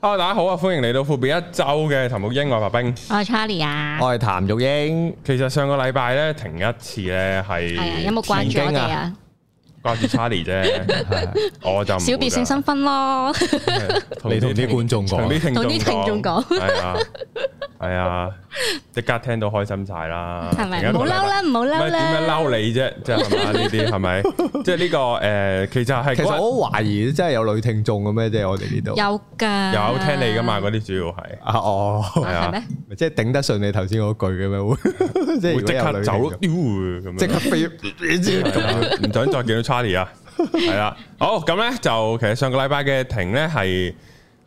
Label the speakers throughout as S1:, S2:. S1: Hello，大家好啊！歡迎嚟到闊別一周嘅陳木英外白冰。
S2: 我係 Ờ, Charlie à. 啊，
S3: 我係譚玉英，
S1: 其實上個禮拜咧停一次咧係
S2: 係啊，有冇關注我哋啊？
S1: 掛住 Charlie 啫，我就唔
S2: 小別勝新婚咯，
S1: 係
S3: 你同啲觀眾講
S1: 同啲聽眾
S2: 同啲聽眾講
S1: 係啊係啊，即刻聽到開心晒 啦，
S2: 係咪？
S1: 停一
S2: 唔
S1: 個
S2: 好
S1: 禮拜
S2: 嬲啦，唔好
S1: 唔係
S2: 嬲
S1: 點樣
S2: 啦，
S1: 嬲你啫？即係係嘛呢啲係 咪？即係呢個誒，其實係
S3: 其實
S1: 嗰日
S3: 我好懷疑真係有女聽眾嘅咩啫，我哋呢度
S2: 有噶，
S1: 有聽你噶嘛？嗰啲主要係。
S3: 啊 哦，
S1: 係
S2: 啊，
S1: 啊
S2: 係咩？
S3: 即係頂得順你頭先嗰句嘅咩？ 會即係
S1: 會
S3: 如
S1: 即
S3: 果有
S1: 刻
S3: 女
S1: 走
S3: 聽
S1: 咯
S3: 眾，
S1: 屌咁樣
S3: 即刻飛，你知
S1: 係啊唔想再見到 Charlie 啊，係啦，好咁咧就其實上個禮拜嘅停咧係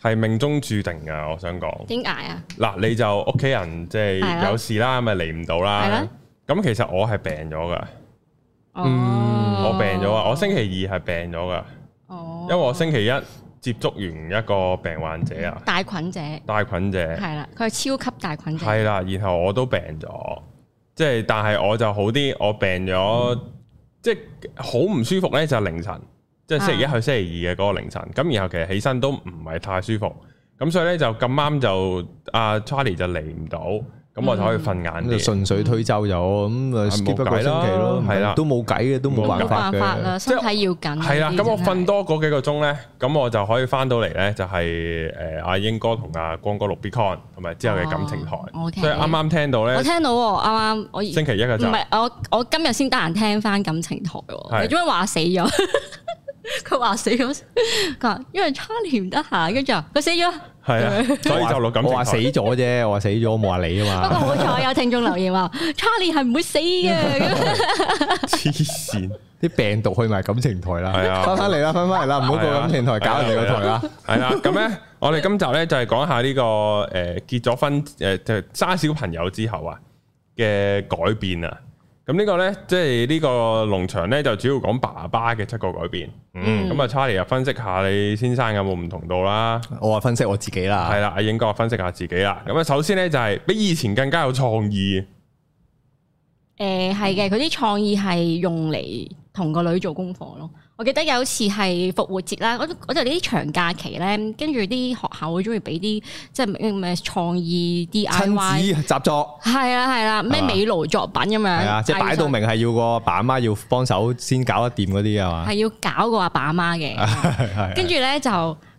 S1: 係命中注定噶，我想講
S2: 點解啊？
S1: 嗱，你就屋企人即
S2: 係
S1: 係
S2: 啊
S1: 有事啦，咪嚟唔到
S2: 係
S1: 啦
S2: 啊，
S1: 咁其實我係病咗噶，
S2: 哦
S1: Ừ, 我病咗啊，我星期二係病咗噶，
S2: 哦
S1: 因為我星期一接觸完一個病患者啊，
S2: 大菌者
S1: 帶菌者啊
S2: 係啦，佢係超級大菌者，
S1: 係啦，然後我都病咗，即係但係我就好啲，我病咗即係好唔舒服咧，就係凌晨，即係星
S2: 啊
S1: 期一去星期二嘅嗰個凌晨，咁然後其實起身都唔係太舒服，咁所以咧就咁啱就阿 Charlie 就嚟唔到，咁我就可以瞓晏
S3: 嗯咁就
S1: 啲。
S3: 順水推舟咗，咁啊
S1: 係
S3: skip 一
S1: 冇
S3: 個
S1: 計
S3: 星期
S1: 啦
S3: 咯，
S1: 係啦
S3: 都冇計嘅，都冇
S2: 冇
S3: 辦
S2: 辦
S3: 法
S2: 法
S3: 嘅。
S2: 啦，身體要緊。
S1: 係啦，咁我
S2: 呢啲嗯真係
S1: 瞓多嗰幾個鐘咧，咁我就可以翻到嚟咧，就係誒阿英哥同阿光哥錄 Bicon，同埋之後嘅感情台
S2: 哦。，OK Ờ.
S1: 所以啱啱聽到咧
S2: 我，聽到喎，啱啱我
S1: 星期一嘅集
S2: 唔係我我今日先得閒聽翻感情台
S1: 係
S2: 喎，你做咩話死咗？ 佢話死咗，佢話因為 Charlie 唔得閒，跟住話佢死咗。
S1: 係啊，所以就錄感
S3: 我
S1: 情
S3: 話死
S1: 台。
S3: 咗啫，我話死咗，我冇話你啊
S2: 不過
S3: 嘛。
S2: 好彩有聽眾留言話 Charlie 係唔會死嘅，
S1: 黐線。
S3: 啲病毒去埋感情台啦，
S1: 係啊
S3: 翻返嚟啦，翻返嚟啦，唔好
S1: 係
S3: 過
S1: 啊
S3: 感情台搞人哋個台啊啦。
S1: 系啦，咁咧，我哋今集咧就係講下呢、個个诶、结咗婚诶，就、生小朋友之後啊嘅改變啊。咁呢個咧，即係呢個農場咧，就主要講爸爸嘅七個改變。嗯，咁啊、c h a r l i e 又分析下你先生有冇唔同到啦。
S3: 我話分析我自己啦，
S1: 係啦，阿英哥又分析下自己啦。咁啊，首先咧就係比以前更加有創意，
S2: 誒係嘅，佢啲創意係用嚟同個女做功課咯。我記得有一次係復活節啦，我我就呢啲長假期咧，跟住啲學校好中意俾啲即係咩咩創意 D I
S3: 親
S2: Y，
S3: 子習作。
S2: 係啦係啦，咩
S3: 係嘛
S2: 美勞作品咁樣，
S3: 系啊，即系摆到明系要個阿爸阿媽要幫手先搞得掂嗰啲啊嘛
S2: 係要搞個阿爸阿媽嘅。
S3: 係，係啊
S2: 跟住咧就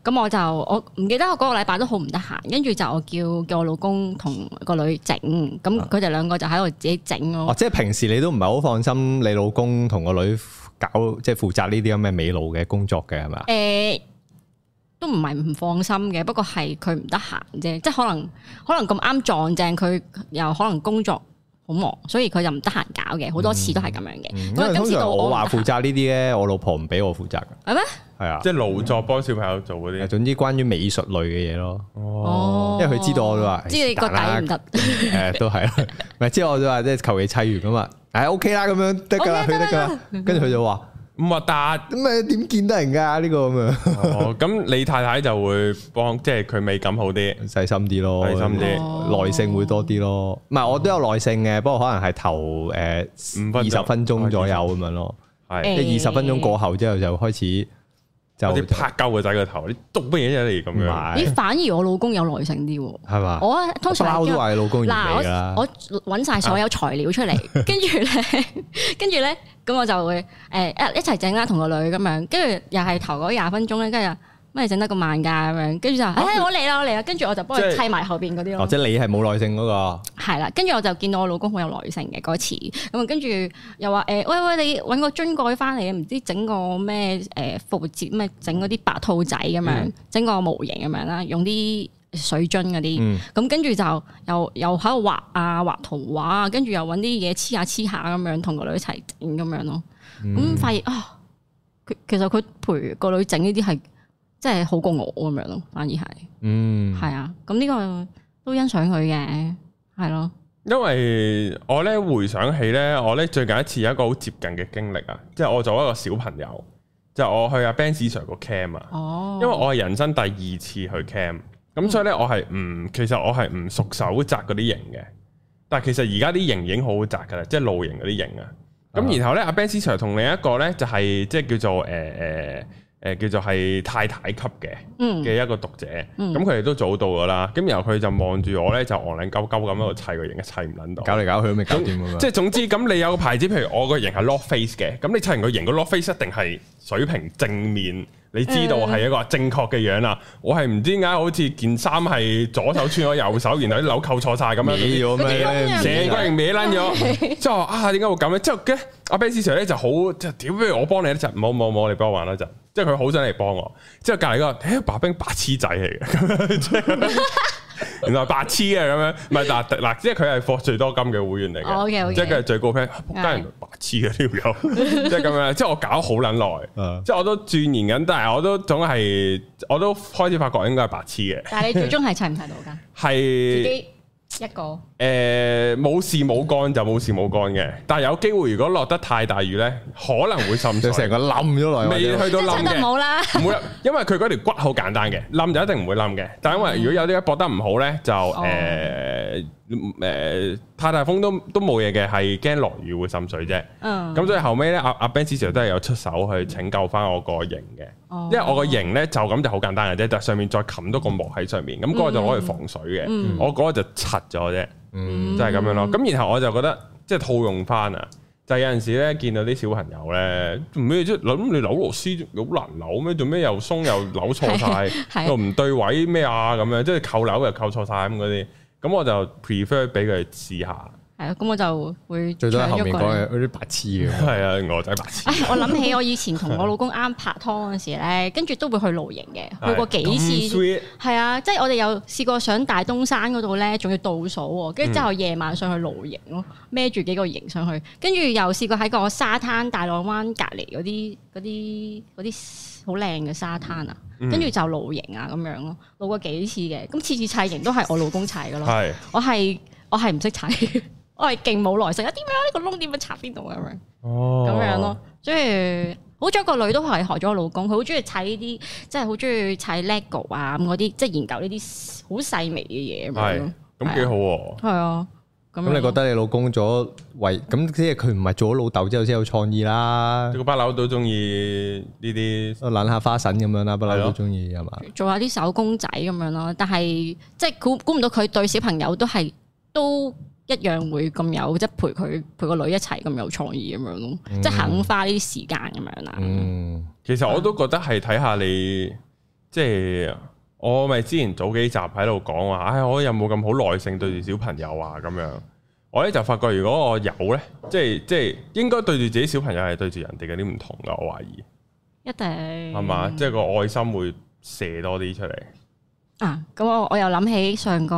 S2: 咁我就我唔記得我嗰個禮拜都好唔得閒，跟住就我叫叫我老公同個女整，咁佢哋兩個就喺度自己整
S3: 啊哦，
S2: 咯。
S3: 即係平時你都唔係好放心你老公同個女搞即係負責呢啲咁嘅美勞嘅工作嘅係啊嘛？
S2: 誒、都唔係唔放心嘅，不過係佢唔得閒啫，即係可能可能咁啱撞正佢，又可能工作好忙，所以佢就唔得閒搞嘅，好多次都係咁樣嘅。
S3: 嗯因
S2: 咁啊今
S3: 為通
S2: 次到
S3: 常我
S2: 唔
S3: 話
S2: 得
S3: 負
S2: 閒
S3: 責呢啲咧，我老婆唔俾我負責嘅，
S2: 係咩？
S3: 係啊，
S1: 即係勞作幫小朋友做嗰啲。
S3: 總之關於美術類嘅嘢咯，
S2: 哦，
S3: 因為佢知道我都話
S2: 知你個底唔得。
S3: 诶都係，咪之後我就話即係求其砌完咁啊，唉 OK 啦咁樣得㗎啦，佢
S2: OK，
S3: 得
S2: 得
S3: 㗎啦，跟住佢就話
S1: 唔核突。
S3: 咁啊點見得人㗎呢個咁樣，
S1: 哦，咁你太太就會幫，即係佢美感好啲。
S3: 細心啲咯，
S1: 細心啲
S2: 哦
S3: 耐性會多啲咯。唔係我都有耐性嘅，不過可能係頭
S1: 五
S3: 誒二
S1: 分鐘
S3: 十分鐘左右咁樣咯，
S1: 係。
S2: 誒
S3: 即係二十分鐘過後之後就開始就
S1: 有啲拍鳩個仔個頭，你讀乜嘢啫你
S3: 唔
S1: 咁樣？
S2: 咦，
S3: 係
S2: 反而我老公有耐性啲喎。
S3: 係嘛？
S2: 我啊通常係
S3: 包都
S2: 叫
S3: 話你老公完美㗎
S2: 嗱，
S3: 啦
S2: 我。我揾晒所有材料出嚟， 跟住咧，跟住咧，咁我就會誒、呃一一齊整啦，同個女咁樣，跟住又係頭嗰廿分鐘咧，跟住乜你整得咁慢㗎咁樣，跟住就唉、我嚟啦我嚟啦，跟住我就幫
S1: 即
S2: 佢
S1: 係
S2: 砌埋後邊嗰啲
S3: 哦，
S2: 咯，
S3: 即係你係冇耐性嗰個，
S2: 係啦，跟住我就見到我老公好有耐性嘅嗰次，咁啊跟住又話誒、呃喂喂你揾個樽蓋翻嚟，唔知整個咩誒復活節咩整嗰啲白兔仔咁
S3: 嗯
S2: 樣，整、個模型咁樣啦，用啲水樽嗰啲。
S3: 嗯，
S2: 咁跟住就又又喺度畫啊畫圖畫啊，跟住又揾啲嘢黐下黐下咁樣，同個女一齊整咁樣咯。
S3: 嗯
S1: 嗯
S2: 咁、發現啊，佢其實佢陪個女整呢啲係真係好過我咁樣咯，反而係
S3: 嗯，
S2: 係啊。咁呢個都欣賞佢嘅，係咯。
S1: 因為我咧回想起咧，我咧最近一次有一個好接近嘅經歷啊，即係我做一個小朋友，就我去阿 Ben Sir 個 cam 啊，
S2: 哦，
S1: 因為我係人生第二次去 cam，咁所以咧我係唔其實我係唔熟手扎嗰啲型嘅，但係其實而家啲型已經好好扎噶啦，即係露營嗰啲型啊。咁然後咧阿 Ben Sir 同另一個咧就係、即係叫做誒誒誒叫做係太太級嘅
S2: 嗯
S1: 嘅一個讀者，
S2: 嗯
S1: 咁佢哋都早到噶啦，咁然後佢就望住我咧就昂撚鳩鳩咁喺度砌個型，一砌唔撚到。
S3: 搞嚟搞去都未搞掂咁樣。
S1: 即係總之，咁你有個牌子，譬如我個型係 lock face 嘅，咁你砌完個型個 lock face 一定係水平正面，你知道係一個正確嘅樣啦。我係唔知點解好似件衫係左手穿咗右手，然後啲紐扣錯晒咁樣。
S3: 咗
S2: 嗰啲窿啊
S1: 成個人歪撚咗，之後我啊點解會咁咧？之後嘅阿 Ben Sir 咧就好就屌，不如我幫你一陣，冇冇冇，你幫我玩啦陣。即係佢好想嚟幫我。之後隔離嗰個，誒白冰白痴仔嚟嘅，咁樣即 係原來白痴嘅咁樣，唔係嗱嗱，即係佢係課最多金嘅會員嚟
S2: 哦
S1: 嘅，
S2: ，OK，OK
S1: 即係佢係最高 friend，仆街人白痴嘅呢條友， 即係咁樣。即係我搞好撚耐，
S3: 嗯
S1: 即係我都鑽研緊，但係我都總係我都開始發覺應該係白痴嘅，
S2: 但係你最終係砌唔砌到 㗎？自
S1: 係。
S2: 己一個
S1: 誒呃冇、事冇幹就冇事冇幹嘅，但係有機會如果落得太大雨咧，可能會滲
S3: 就成
S1: 水，
S3: 個冧咗落嚟。
S1: 未去
S2: 即
S1: 到
S2: 係
S1: 冧
S2: 砌得
S1: 嘅，
S2: 冇啦。
S1: 唔會，啊因為佢嗰條骨好簡單嘅，冧就一定唔會冧嘅。但係因為如果有啲一搏得唔好咧，就
S2: 哦
S1: 誒誒太大風都都冇嘢嘅，係驚落雨會滲水啫。
S2: 嗯，
S1: 咁所以後尾咧，阿阿 Ben 之前都係有出手去拯救翻我個型嘅，
S2: 哦
S1: 因為我個型咧就咁就好簡單嘅啫，就上面再冚多個膜喺上面，
S2: 嗯
S1: 咁嗰個就攞嚟防水嘅，我嗰個就拆咗啫。
S3: 嗯，
S1: 就係咁樣咯。咁然後我就覺得即係套用翻啊，就係有陣時咧見到啲小朋友咧，做咩啫？諗你扭螺絲好難扭咩？做咩又鬆又扭錯晒，
S2: 係
S1: 又唔對位咩啊？咁樣即係扣扭又扣錯晒咁嗰啲。咁我就 prefer 俾佢試下。
S2: 係啊，咁我就會
S3: 最多喺
S2: 搶咗
S3: 後面
S2: 佢
S3: 講嘅嗰啲白痴嘅。
S1: 係啊，我仔白痴。
S2: 唉 我諗起我以前同我老公啱拍拖嗰陣時咧，跟住都會去露營嘅，去過幾
S1: 咁
S2: 次。
S1: 嗯 sweet
S2: 係啊，即係我哋有試過上大東山嗰度咧，仲要倒數喎，跟住
S1: 嗯
S2: 之後夜晚上去露營咯，孭住幾個營上去，跟住又試過喺個沙灘大浪灣隔離嗰啲嗰啲嗰啲好靚嘅沙灘啊，
S1: 嗯
S2: 跟住就露營啊咁樣咯，露過幾次嘅，咁次次砌營都係我老公砌噶咯。
S1: 係
S2: 我係我係唔識砌， 我係勁冇耐性啊！點樣呢個窿點樣插邊度啊咁樣
S1: 哦
S2: 咁樣咯。，所以好彩個女都係學咗我老公，佢好中意砌呢啲，即係好中意砌 lego 啊咁嗰啲，即係研究呢啲好細微嘅嘢咁樣
S1: 係
S2: 咯。
S1: 咁幾好喎。
S2: 係啊，咁
S3: 咁你覺
S2: 覺
S3: 得你老公做咗為咁即係佢唔係做咗老豆之後先有創意啦，
S1: 個班樓都中意呢啲，
S3: 攬下花神咁樣啦，不嬲
S1: 係咯
S3: 都中意係嘛？
S2: 做下啲手工仔咁樣咯？但係即係估估唔到佢對小朋友都係都。一樣會咁有，即係陪佢陪個女一齊咁有創意咁樣咯，即係肯花呢啲時間咁樣啦。
S3: 嗯，
S1: 其實
S2: 啊
S1: 我都覺得係睇下你，即係我咪之前早幾集喺度講話，唉，我有冇咁好耐性對住小朋友啊咁樣。我咧就發覺，如果我有呢，即係即係應該對住自己小朋友係對住人哋嗰啲唔同噶，我懷疑
S2: 一定
S1: 係嘛，即係個愛心會射多啲出嚟。
S2: 啊，咁我我又諗起上個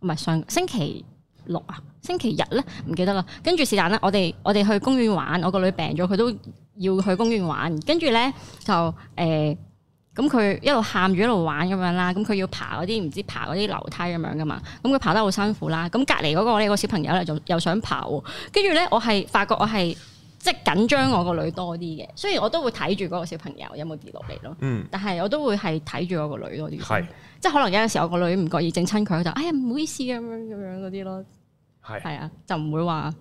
S2: 唔係上星期六啊，星期日咧唔記得啦。跟住是但啦，我哋我哋去公園玩，我個女病咗，佢都要去公園玩。跟住咧就誒，呃咁、佢一路喊住一路玩咁樣啦。咁佢要爬嗰啲唔知爬嗰啲樓梯咁樣噶嘛。咁佢爬得好辛苦啦。咁隔離嗰個呢個小朋友咧就又想爬喎。跟住咧我係發覺我係即係緊張我個女多啲嘅，雖然我都會睇住嗰個小朋友有冇跌落嚟咯。
S1: 嗯，
S2: 但係我都會係睇住我個女多啲，
S1: 係
S2: 即係可能有陣時我個女唔覺意整親佢，就哎呀唔好意思咁樣咁樣嗰啲咯，
S1: 係，
S2: 係啊，就唔會話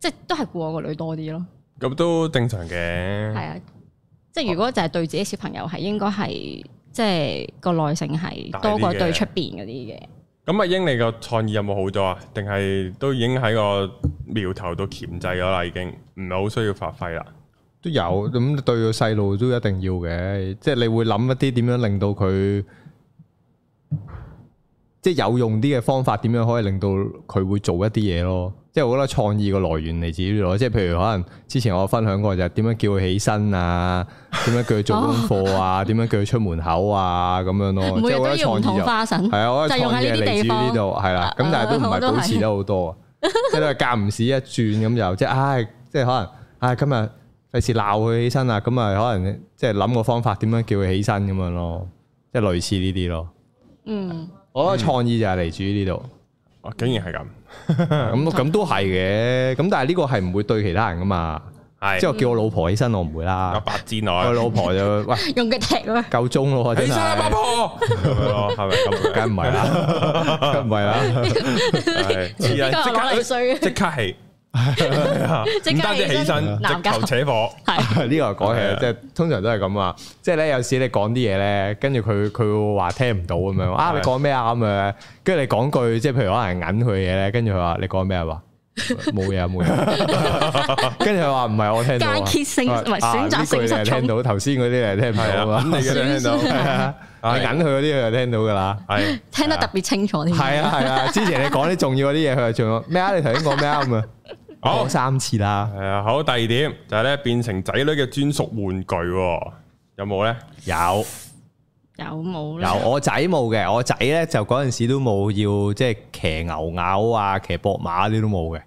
S2: 即係都係顧我個女多啲咯，
S1: 咁都正常
S3: 嗯
S2: 係
S1: 嘅，
S2: 啊，即係如果就係對自己小朋友係應該係即係個耐性係多過對出邊嗰啲嘅，
S1: 咁阿英，你個創意有冇好咗啊？定係都已經喺個苗頭度鉗制咗啦，已經唔係好需要發揮啦。
S3: 都有咁對個細路都一定要嘅，即係你會諗一啲點樣令到佢即係有用啲嘅方法，點樣可以令到佢會做一啲嘢咯。即係我覺得創意個來源嚟自於咯，即係譬如可能之前我分享過就係點樣叫佢起身啊，點樣叫佢做功課啊，點樣叫佢出門口啊咁樣咯。即
S2: 哦 每
S3: 係
S2: 日都
S3: 我覺得
S2: 要
S3: 創
S2: 唔
S3: 意
S2: 同
S3: 就
S2: 花神，
S3: 係啊，
S2: 就
S3: 我覺得
S2: 用
S3: 創
S2: 喺
S3: 意
S2: 呢
S3: 係
S2: 啲
S3: 嚟自
S2: 地
S3: 於呢
S2: 方
S3: 度，係啦。咁但係都唔
S2: 啊我
S3: 係
S2: 都
S3: 保
S2: 係
S3: 持得好 多啊，即係都係間唔時一轉咁就即係唉，即係可能唉今日費事鬧佢起身啊，咁啊可能即係諗個方法點樣叫佢起身咁樣咯，即係類似呢啲咯。
S2: 嗯，
S3: 我覺得創意就係嚟自於呢度，
S1: 啊，竟然係咁，
S3: 咁咁都係嘅。咁但係呢個係唔會對其他人噶嘛。
S1: 係
S3: 即係我叫我老婆起身，我唔會
S1: 阿
S3: 啦。
S1: 白箭
S3: 我
S1: 我。
S3: 老婆就喂
S2: 用腳踢咯，
S3: 夠鐘咯，真
S1: 起身啦，八
S3: 係，啊
S1: 婆，咁樣咯，係咪咁樣？
S3: 梗唔係啦，梗唔係啦。
S1: 係黐
S2: 呢個係攞嚟
S3: 啊
S1: 人即刻
S2: 衰嘅
S1: 即刻起，
S2: 即
S1: 唔
S2: 刻
S1: 單止起
S2: 起身
S1: 身，
S2: 鬧
S1: 直
S2: 交
S1: 頭扯火，
S3: 呢個講
S1: 係啊
S3: 起，即係通常都係咁啊！即係咧，有時你講啲嘢咧，跟住佢佢會話聽唔到咁樣啊！
S1: 係
S3: 你講咩啊咁樣？跟住你講句即係譬如可能銀佢嘅嘢咧，跟住佢話你講咩啊話？冇嘢啊冇 嘢啊，跟住佢話唔係我聽到啊
S2: 間歇性
S3: 啊
S2: 唔係選擇性
S3: 啊呢句你係
S2: 失聰
S3: 聽到頭先嗰啲你係聽唔到啊
S1: 係啊
S3: 嘛，
S1: 咁你嘅
S2: 聽到
S3: 係啊，
S1: 係
S3: 你銀佢嗰啲佢就聽到噶啦。
S1: 係
S2: 聽得特別清楚添。
S3: 係啊係啊，之前你講啲重要嗰啲嘢，佢就仲有咩啊？你頭先講咩啊咁啊？
S1: 好
S3: 講三次啦，
S1: 係啊。好，第二點就係咧變成仔女嘅專屬玩具喎，有冇咧？
S3: 有。
S2: 有冇咧？
S3: 有我仔冇嘅，我仔咧就嗰陣時都冇要即係騎牛牛啊、騎博馬呢啲都冇嘅，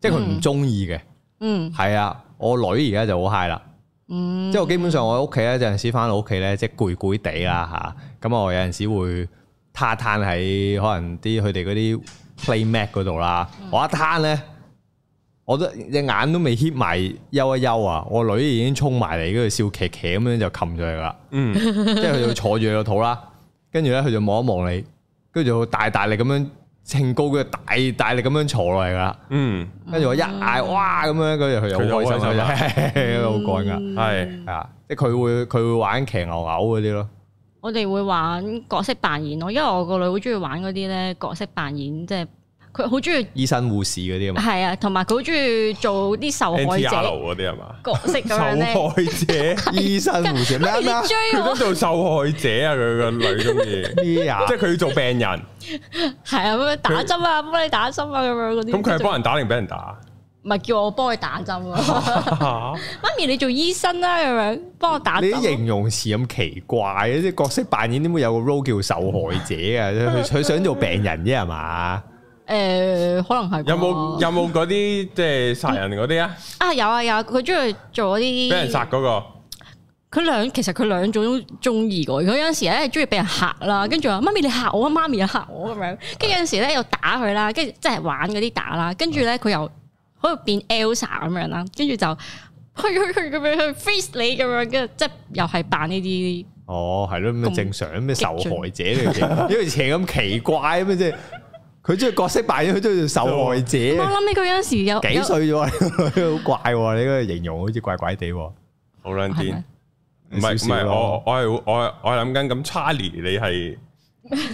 S3: 即係佢唔中意嘅。
S2: 嗯
S3: 係啊，我女而家就好 high 啦，
S2: 嗯，
S3: 即係我基本上我喺屋企咧，有陣時翻到屋企咧，即係攰攰地啦吓，咁我有陣時會攤攤喺可能啲佢哋嗰啲 play mat 嗰度啦，
S2: 嗯
S3: 我一攤咧。我都隻眼都未 hit 埋，休一休啊！我女已經衝埋嚟，跟住笑騎騎咁樣就冚咗佢啦。
S1: 嗯，
S3: 即係佢就坐住你個肚啦，跟住咧佢就望一望你，跟住就大大力咁樣稱高，跟住大大力咁樣坐落嚟噶啦，
S1: 嗯，
S3: 跟住我一嗌哇咁樣，跟住佢就好開心
S1: 佢就好
S3: 啦， 好幹噶，
S2: 嗯
S1: 係
S3: 係啊，即係佢會佢會玩騎牛牛嗰啲咯，
S2: 我哋會玩角色扮演咯，因為我個女好中意玩嗰啲咧角色扮演，即係佢好中意
S3: 醫生護士 嗰啲啊嘛，
S2: 係啊，同埋佢好中意做啲 受害
S1: NTR
S2: 者
S1: 嗰啲係嘛？
S2: 角色咁
S1: 受
S2: 樣咧。
S1: 害者，
S3: 醫生護士咩啊
S2: 你
S3: 咩啊
S2: 追
S1: 佢
S2: 我
S1: 都做受害者啊！佢個女中意，
S3: 咩 啊
S1: 即係佢要做病人，咁
S2: 係啊，咁樣打針啊，幫你打針啊，咁樣嗰啲。
S1: 佢係幫人打定俾人打？
S2: 唔係叫我幫佢打針 啊？
S1: 嚇
S2: 媽咪，你做醫生啦，咁樣幫我打
S3: 你
S2: 針
S3: 啲
S2: 啊。
S3: 形容詞咁奇怪嘅，即係角色扮演點會有個 role 叫受害者啊？佢佢想做病人啫係嘛？
S2: 誒，可能係啩
S1: 有冇有冇嗰啲即係殺人嗰啲啊？
S2: 啊？有啊有啊，佢中意做嗰
S1: 俾
S2: 啲
S1: 人殺嗰個。
S2: 佢兩其實佢兩種都中意嘅，佢有陣時咧係中意俾人嚇啦，跟住話媽咪你嚇我啊，媽咪又嚇我咁樣，跟住有陣時咧又打佢啦，跟住即係玩嗰啲打啦，跟住咧佢又喺度變 Elsa 咁樣啦，跟住就去去去咁樣去 freeze 你咁樣，跟住即係又係扮呢啲
S3: 哦，係咯，咁咪
S2: 咁
S3: 正常咩
S2: 激
S3: 受
S2: 進
S3: 害者嚟嘅，因為邪咁奇怪咁啫。佢中意角色扮演，佢中意做受害者，
S2: 我
S3: 幾
S2: 諗起佢有陣時有有
S3: 歲咗 啊？好怪喎！你嗰個形容好似怪怪地喎。
S1: 好撚
S2: 係
S1: 癲
S2: 咪，
S1: 唔係唔
S3: 少少
S1: 係，我
S3: 咯
S1: 我係我係我係諗緊咁，Charlie 你 係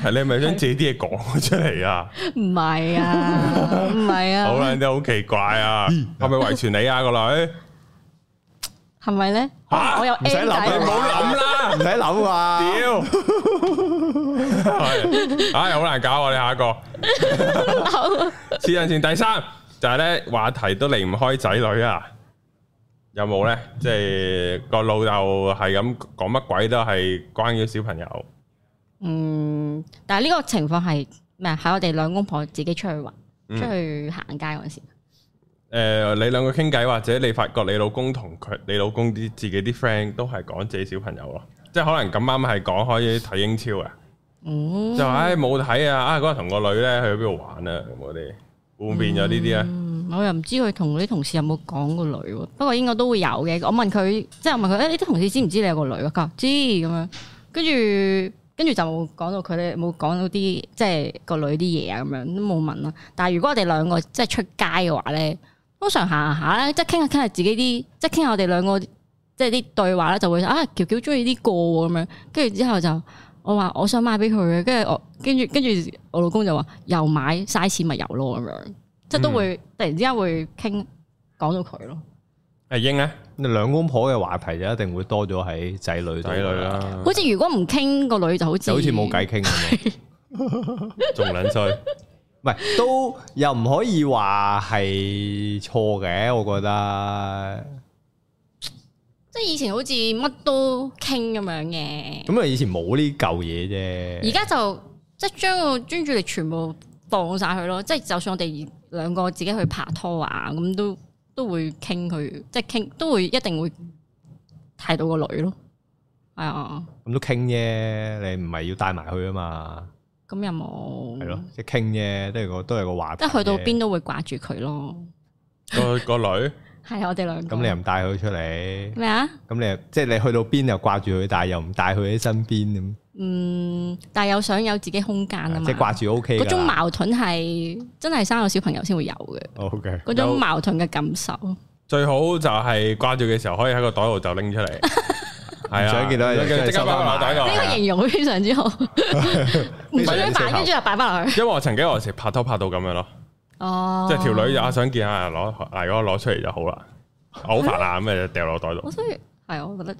S1: 係你係咪將自己啲嘢講出嚟啊？
S2: 唔係啊，唔係
S1: 好
S2: 啊，
S1: 撚啲好奇怪啊！係咪遺傳你啊個 女？
S2: 係咪咧？可能我有
S3: 唔使
S2: M
S3: 諗
S1: 哎你唔
S3: 啊
S2: 仔，
S1: 好諗啦
S3: 唔，使諗啊！
S1: 屌！係，唉，好難搞啊！你下一個私人前第三就係咧話題都離唔開仔女啊，有冇咧？即係個老豆係咁講乜鬼都係關於小朋友。
S2: 嗯，但係呢個情況係咩啊？係我哋兩公婆自己出去玩、
S1: 嗯
S2: 出去行街嗰陣時。
S1: 诶、你兩個傾偈，或者你發覺你老公同佢，你老公啲自己啲 friend 都係講自己小朋友咯，即係可能咁啱係講開睇英超啊，
S2: 嗯
S1: 就話唉冇睇啊，啊嗰日同個女咧去邊度玩啊，咁嗰啲會唔會變咗呢啲咧？
S2: 嗯我又唔知佢同啲同事有冇講個女喎，不過應該都會有嘅。我問佢，即係我問佢，誒你啲同事知唔知你有個女啊？佢話知咁樣，跟住跟住就冇講到佢哋冇講到啲即係個女啲嘢啊咁樣都冇問啦。但係如果我哋兩個即係出街嘅話咧，通常行行下咧，即係傾下傾下自己啲，即係傾下我哋兩個即係啲對話咧，就會啊喬喬中意呢個喎咁樣，跟住之後就。我話我想買俾佢嘅，跟住我跟住跟住我老公就話又買嘥錢咪有咯咁樣，即係都會突然之間會傾講到佢咯。
S1: 阿英咧，
S3: 兩公婆嘅話題就一定會多咗喺仔女度
S1: 仔女，啦，
S2: 好似如果唔傾個女就好似
S3: 嗯就好似冇偈傾咁喎。
S1: 仲撚衰，
S3: 唔係都又唔可以話係錯嘅，我覺得。
S2: 即係以前好似乜都傾咁樣嘅，
S3: 咁啊，以前冇呢嚿嘢啫。
S2: 而家就即係將個專注力全部放晒佢咯。即係就算我哋兩個自己去拍拖啊，咁都都會傾佢，即係傾都會一定會睇到個女咯。係啊，
S3: 咁都傾啫，你唔係要帶埋去啊嘛，
S2: 咁又冇
S3: 係咯，，即係傾啫，都係個都係個話題
S2: 嗯即
S3: 啫。
S2: 係去到邊都會掛住佢咯。
S1: 個個女
S2: 係啊我哋兩個。
S3: 咁你又唔帶佢出嚟，
S2: 咩啊？
S3: 咁你又即係你去到邊又掛住佢，但係又唔帶佢喺身邊咁，
S2: 嗯，但係又想有自己空間啊嘛。
S3: 即係掛住 O K
S2: 嗰
S3: 㗎
S2: 種
S3: 啦。
S2: 矛盾係真係生咗小朋友先會有嘅，
S3: O K，
S2: 嗰
S1: 有
S2: 種矛盾嘅感受。
S1: 最好就係掛住嘅時候，可以喺個袋度就拎出 嚟，係啊，
S3: 唔想見到
S1: 即
S3: 即
S1: 刻
S3: 刻
S1: 即刻
S3: 收
S1: 擺
S3: 返
S1: 落袋
S2: 呢個
S1: 度。
S2: 形容非常之好，唔想
S3: 非常之
S2: 擺，
S3: 適合
S2: 跟住就擺翻落去。
S1: 因為我曾經有時拍拖拍到咁樣咯，
S2: 哦，
S1: 即係條女就啊想見下攞，嗱如果攞出嚟就好啦，好煩啊咁啊掉落袋度
S2: 哦我。所以係啊我覺得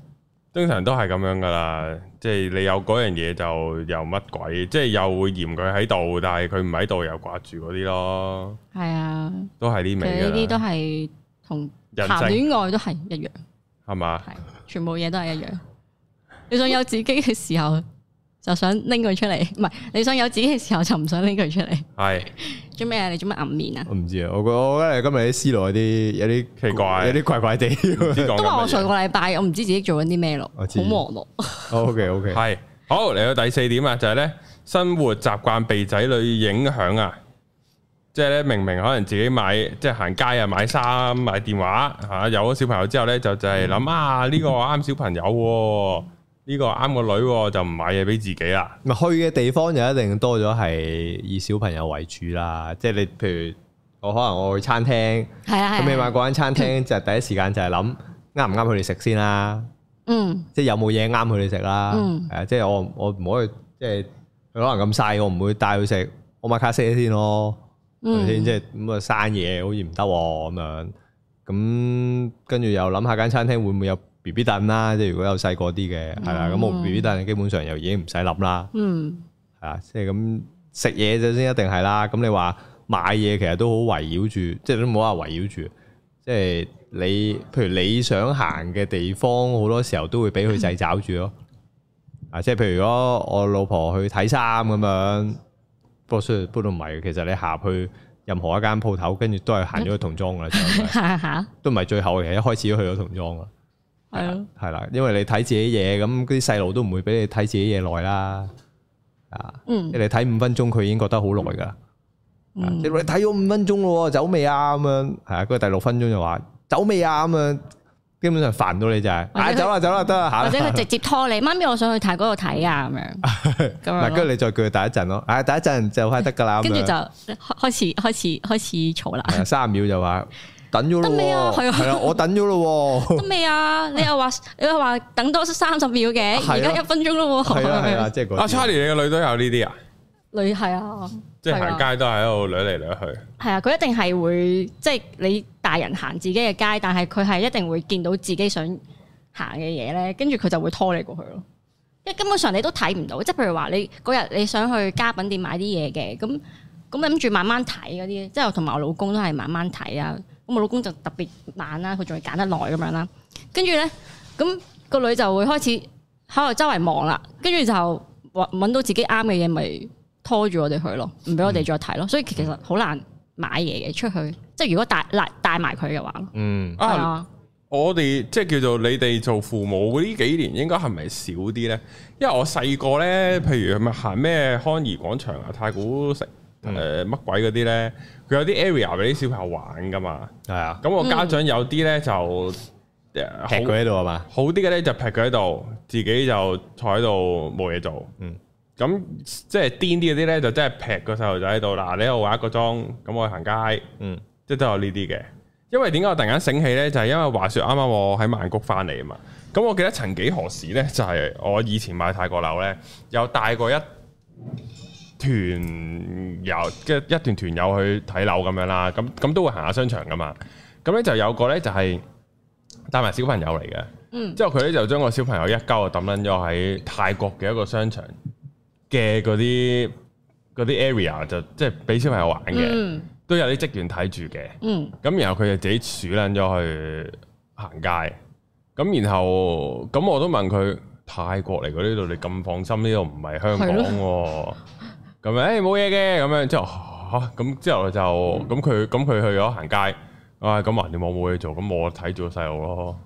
S1: 通常都係咁樣噶啦，即係你有嗰樣嘢就又乜鬼，即係又會嫌佢喺度，但係佢唔喺度又掛住嗰啲咯，
S2: 係啊，
S1: 都係呢
S2: 其
S1: 味
S2: 實呢啲
S1: 噶
S2: 都
S1: 啦，
S2: 係同
S1: 人
S2: 談
S1: 性
S2: 戀愛都係一樣，
S1: 係嘛？
S2: 係全部嘢都係一樣。你想有自己嘅時候，就想拎佢出嚟；唔係你想有自己嘅時候，就唔想拎佢出嚟。
S1: 係
S2: 做咩啊？你做咩暗面啊？
S3: 我唔知啊，我覺我覺得你今日啲思路有啲有啲
S1: 奇怪
S3: 有啲 怪怪地。
S1: 唔知講
S2: 都話我
S1: 緊
S2: 上
S1: 乜
S2: 個禮拜我唔知自己做緊啲咩咯，好
S3: 我知
S2: 忙碌。
S3: O K O
S1: 嘢？
S3: K，
S1: 係好嚟到第四點啊，就係咧生活習慣被仔女影響啊，即係咧明明可能自己買即係行街啊買衫買電話嚇、啊有咗小朋友之後咧就就係
S3: 嗯
S1: 諗啊呢、個啱小朋友喎、呢、個啱個女喎、就唔買嘢俾自己啦。
S3: 咪去嘅地方就一定多咗係以小朋友為主啦，即係你譬如我可能我去餐廳，
S2: 係啊，係啊
S3: 咁你買嗰間餐廳就第一時間就係諗啱唔啱佢哋食先啦，
S2: 嗯
S3: 即係有冇嘢啱佢哋食啦，
S2: 嗯
S3: 係啊，即係我我唔可以即係佢可能咁細，我唔會帶佢食我買卡西先咯，係咪
S2: 嗯
S3: 先？即係咁啊生嘢好似唔得喎咁樣，咁跟住又諗下間餐廳會唔會有 B B 凳啦，即係如果有細個啲嘅係啦，咁我
S2: 嗯
S3: B B 凳基本上又已經唔使諗啦。
S2: 嗯
S3: 係啊，即係咁食嘢就先一定係啦。咁你話買嘢其實都好圍繞住，即係都冇話圍繞住，即係你譬如你想行嘅地方，好多時候都會俾佢仔找住咯。啊，即係譬如如果我老婆去睇衫咁樣，不過雖然不過都唔係嘅，其實你下去任何一間鋪頭，跟住都係行咗去童裝噶啦，就 係
S2: 下下
S3: 都唔係最後嘅，一開始都去咗童裝啦。
S2: 係咯，
S3: 係啦，因為你睇自己嘢，咁嗰啲細路都唔會俾你睇自己嘢耐啦。啊，
S2: 嗯
S3: 即係你睇五分鐘，佢已經覺得好耐㗎啦。啊
S2: 嗯
S3: 即係你睇咗五分鐘咯喎，走未啊？咁樣係啊，跟住第六分鐘就話走未啊？咁樣基本上煩到你就係，
S2: 或者佢
S3: 唉，走啦走啦得
S2: 或
S3: 啦行
S2: 者
S3: 啦。
S2: 佢直接拖你，媽咪，我想去睇嗰度睇啊，咁樣 咁
S3: 唔
S2: 樣
S3: 係，跟住
S2: 咯。
S3: 你再叫佢等一陣咯。唉，等一陣就快得㗎啦。
S2: 跟住
S3: 咁
S2: 就
S3: 樣
S2: 開開始開始開始嘈啦。
S3: 係啊三十秒就話等咗咯
S2: 得未啊係
S3: 喎，
S2: 啊
S3: 係啦，我等咗咯 喎。
S2: 得未啊？你又話你又話等多三十秒嘅，
S3: 係啊
S2: 而家一分鐘咯喎。
S3: 係啊係啊，即係嗰啲
S1: 阿 Charlie，你個女都有呢啲啊？
S2: 女係啊，
S1: 即係行
S2: 係啊，
S1: 街都係喺度掠嚟掠去，
S2: 係啊，佢一定係會即係你大人行自己嘅街，但係佢係一定會見到自己想行嘅嘢咧，跟住佢就會拖你過去咯。因為根本上你都睇唔到，即係譬如話你嗰日你想去家品店買啲嘢嘅，咁咁諗住慢慢睇嗰啲，即係我同埋我老公都係慢慢睇啊。咁我老公就特別慢啦，佢仲要揀得耐咁樣啦。跟住咧，咁個女就會開始喺度周圍望啦，跟住就揾揾到自己啱嘅嘢，咪拖住我哋去咯，唔俾我哋再睇咯。所以其實好難買嘢嘅出去，即係如果帶帶帶埋佢嘅話咯。
S3: 嗯
S2: 係
S1: 啊！
S2: 啊，
S1: 我哋即係叫做你哋做父母呢幾年，應該係咪少啲呢？因為我細個呢，譬如咪行咩康怡廣場啊、太古城誒
S3: 嗯
S1: 乜鬼嗰啲呢，佢有啲 area 俾啲小朋友玩噶嘛。
S3: 係啊，
S1: 咁我家長有啲呢，就誒
S3: 踢
S1: 好
S3: 佢喺度係嘛？
S1: 好啲嘅呢，就劈佢喺度，自己就坐喺度冇嘢做。
S3: 嗯，
S1: 咁即係癲啲嗰啲呢，就真係劈個細路仔喺度。嗱，你喺度玩一個鐘，咁我去行街。
S3: 嗯
S1: 即係都有呢啲嘅。因為點解我突然間醒起呢？就係、因為話説啱啱我喺曼谷翻嚟啊嘛。咁我記得曾幾何時呢，就係、我以前買泰國樓呢，有帶過一團友嘅一團團友去睇樓咁樣啦。咁咁都會行下商場噶嘛。咁呢就有個呢，就係、帶埋小朋友嚟嘅。
S2: 嗯
S1: 之後佢呢就將個小朋友一鳩就抌撚咗喺泰國嘅一個商場嘅嗰啲嗰啲 area 就即係俾小朋友玩嘅。
S2: 嗯
S1: 都有啲職員睇住嘅，
S2: 嗯
S1: 咁然後佢就自己鼠撚咗去行街，咁然後咁我都問佢泰國嚟嘅呢度你咁放心，呢度唔係香港喎，咁誒冇嘢嘅，咁樣之後嚇咁、之後就咁佢咁佢去咗行街，啊咁橫掂我冇嘢做，咁我睇住個細路咯，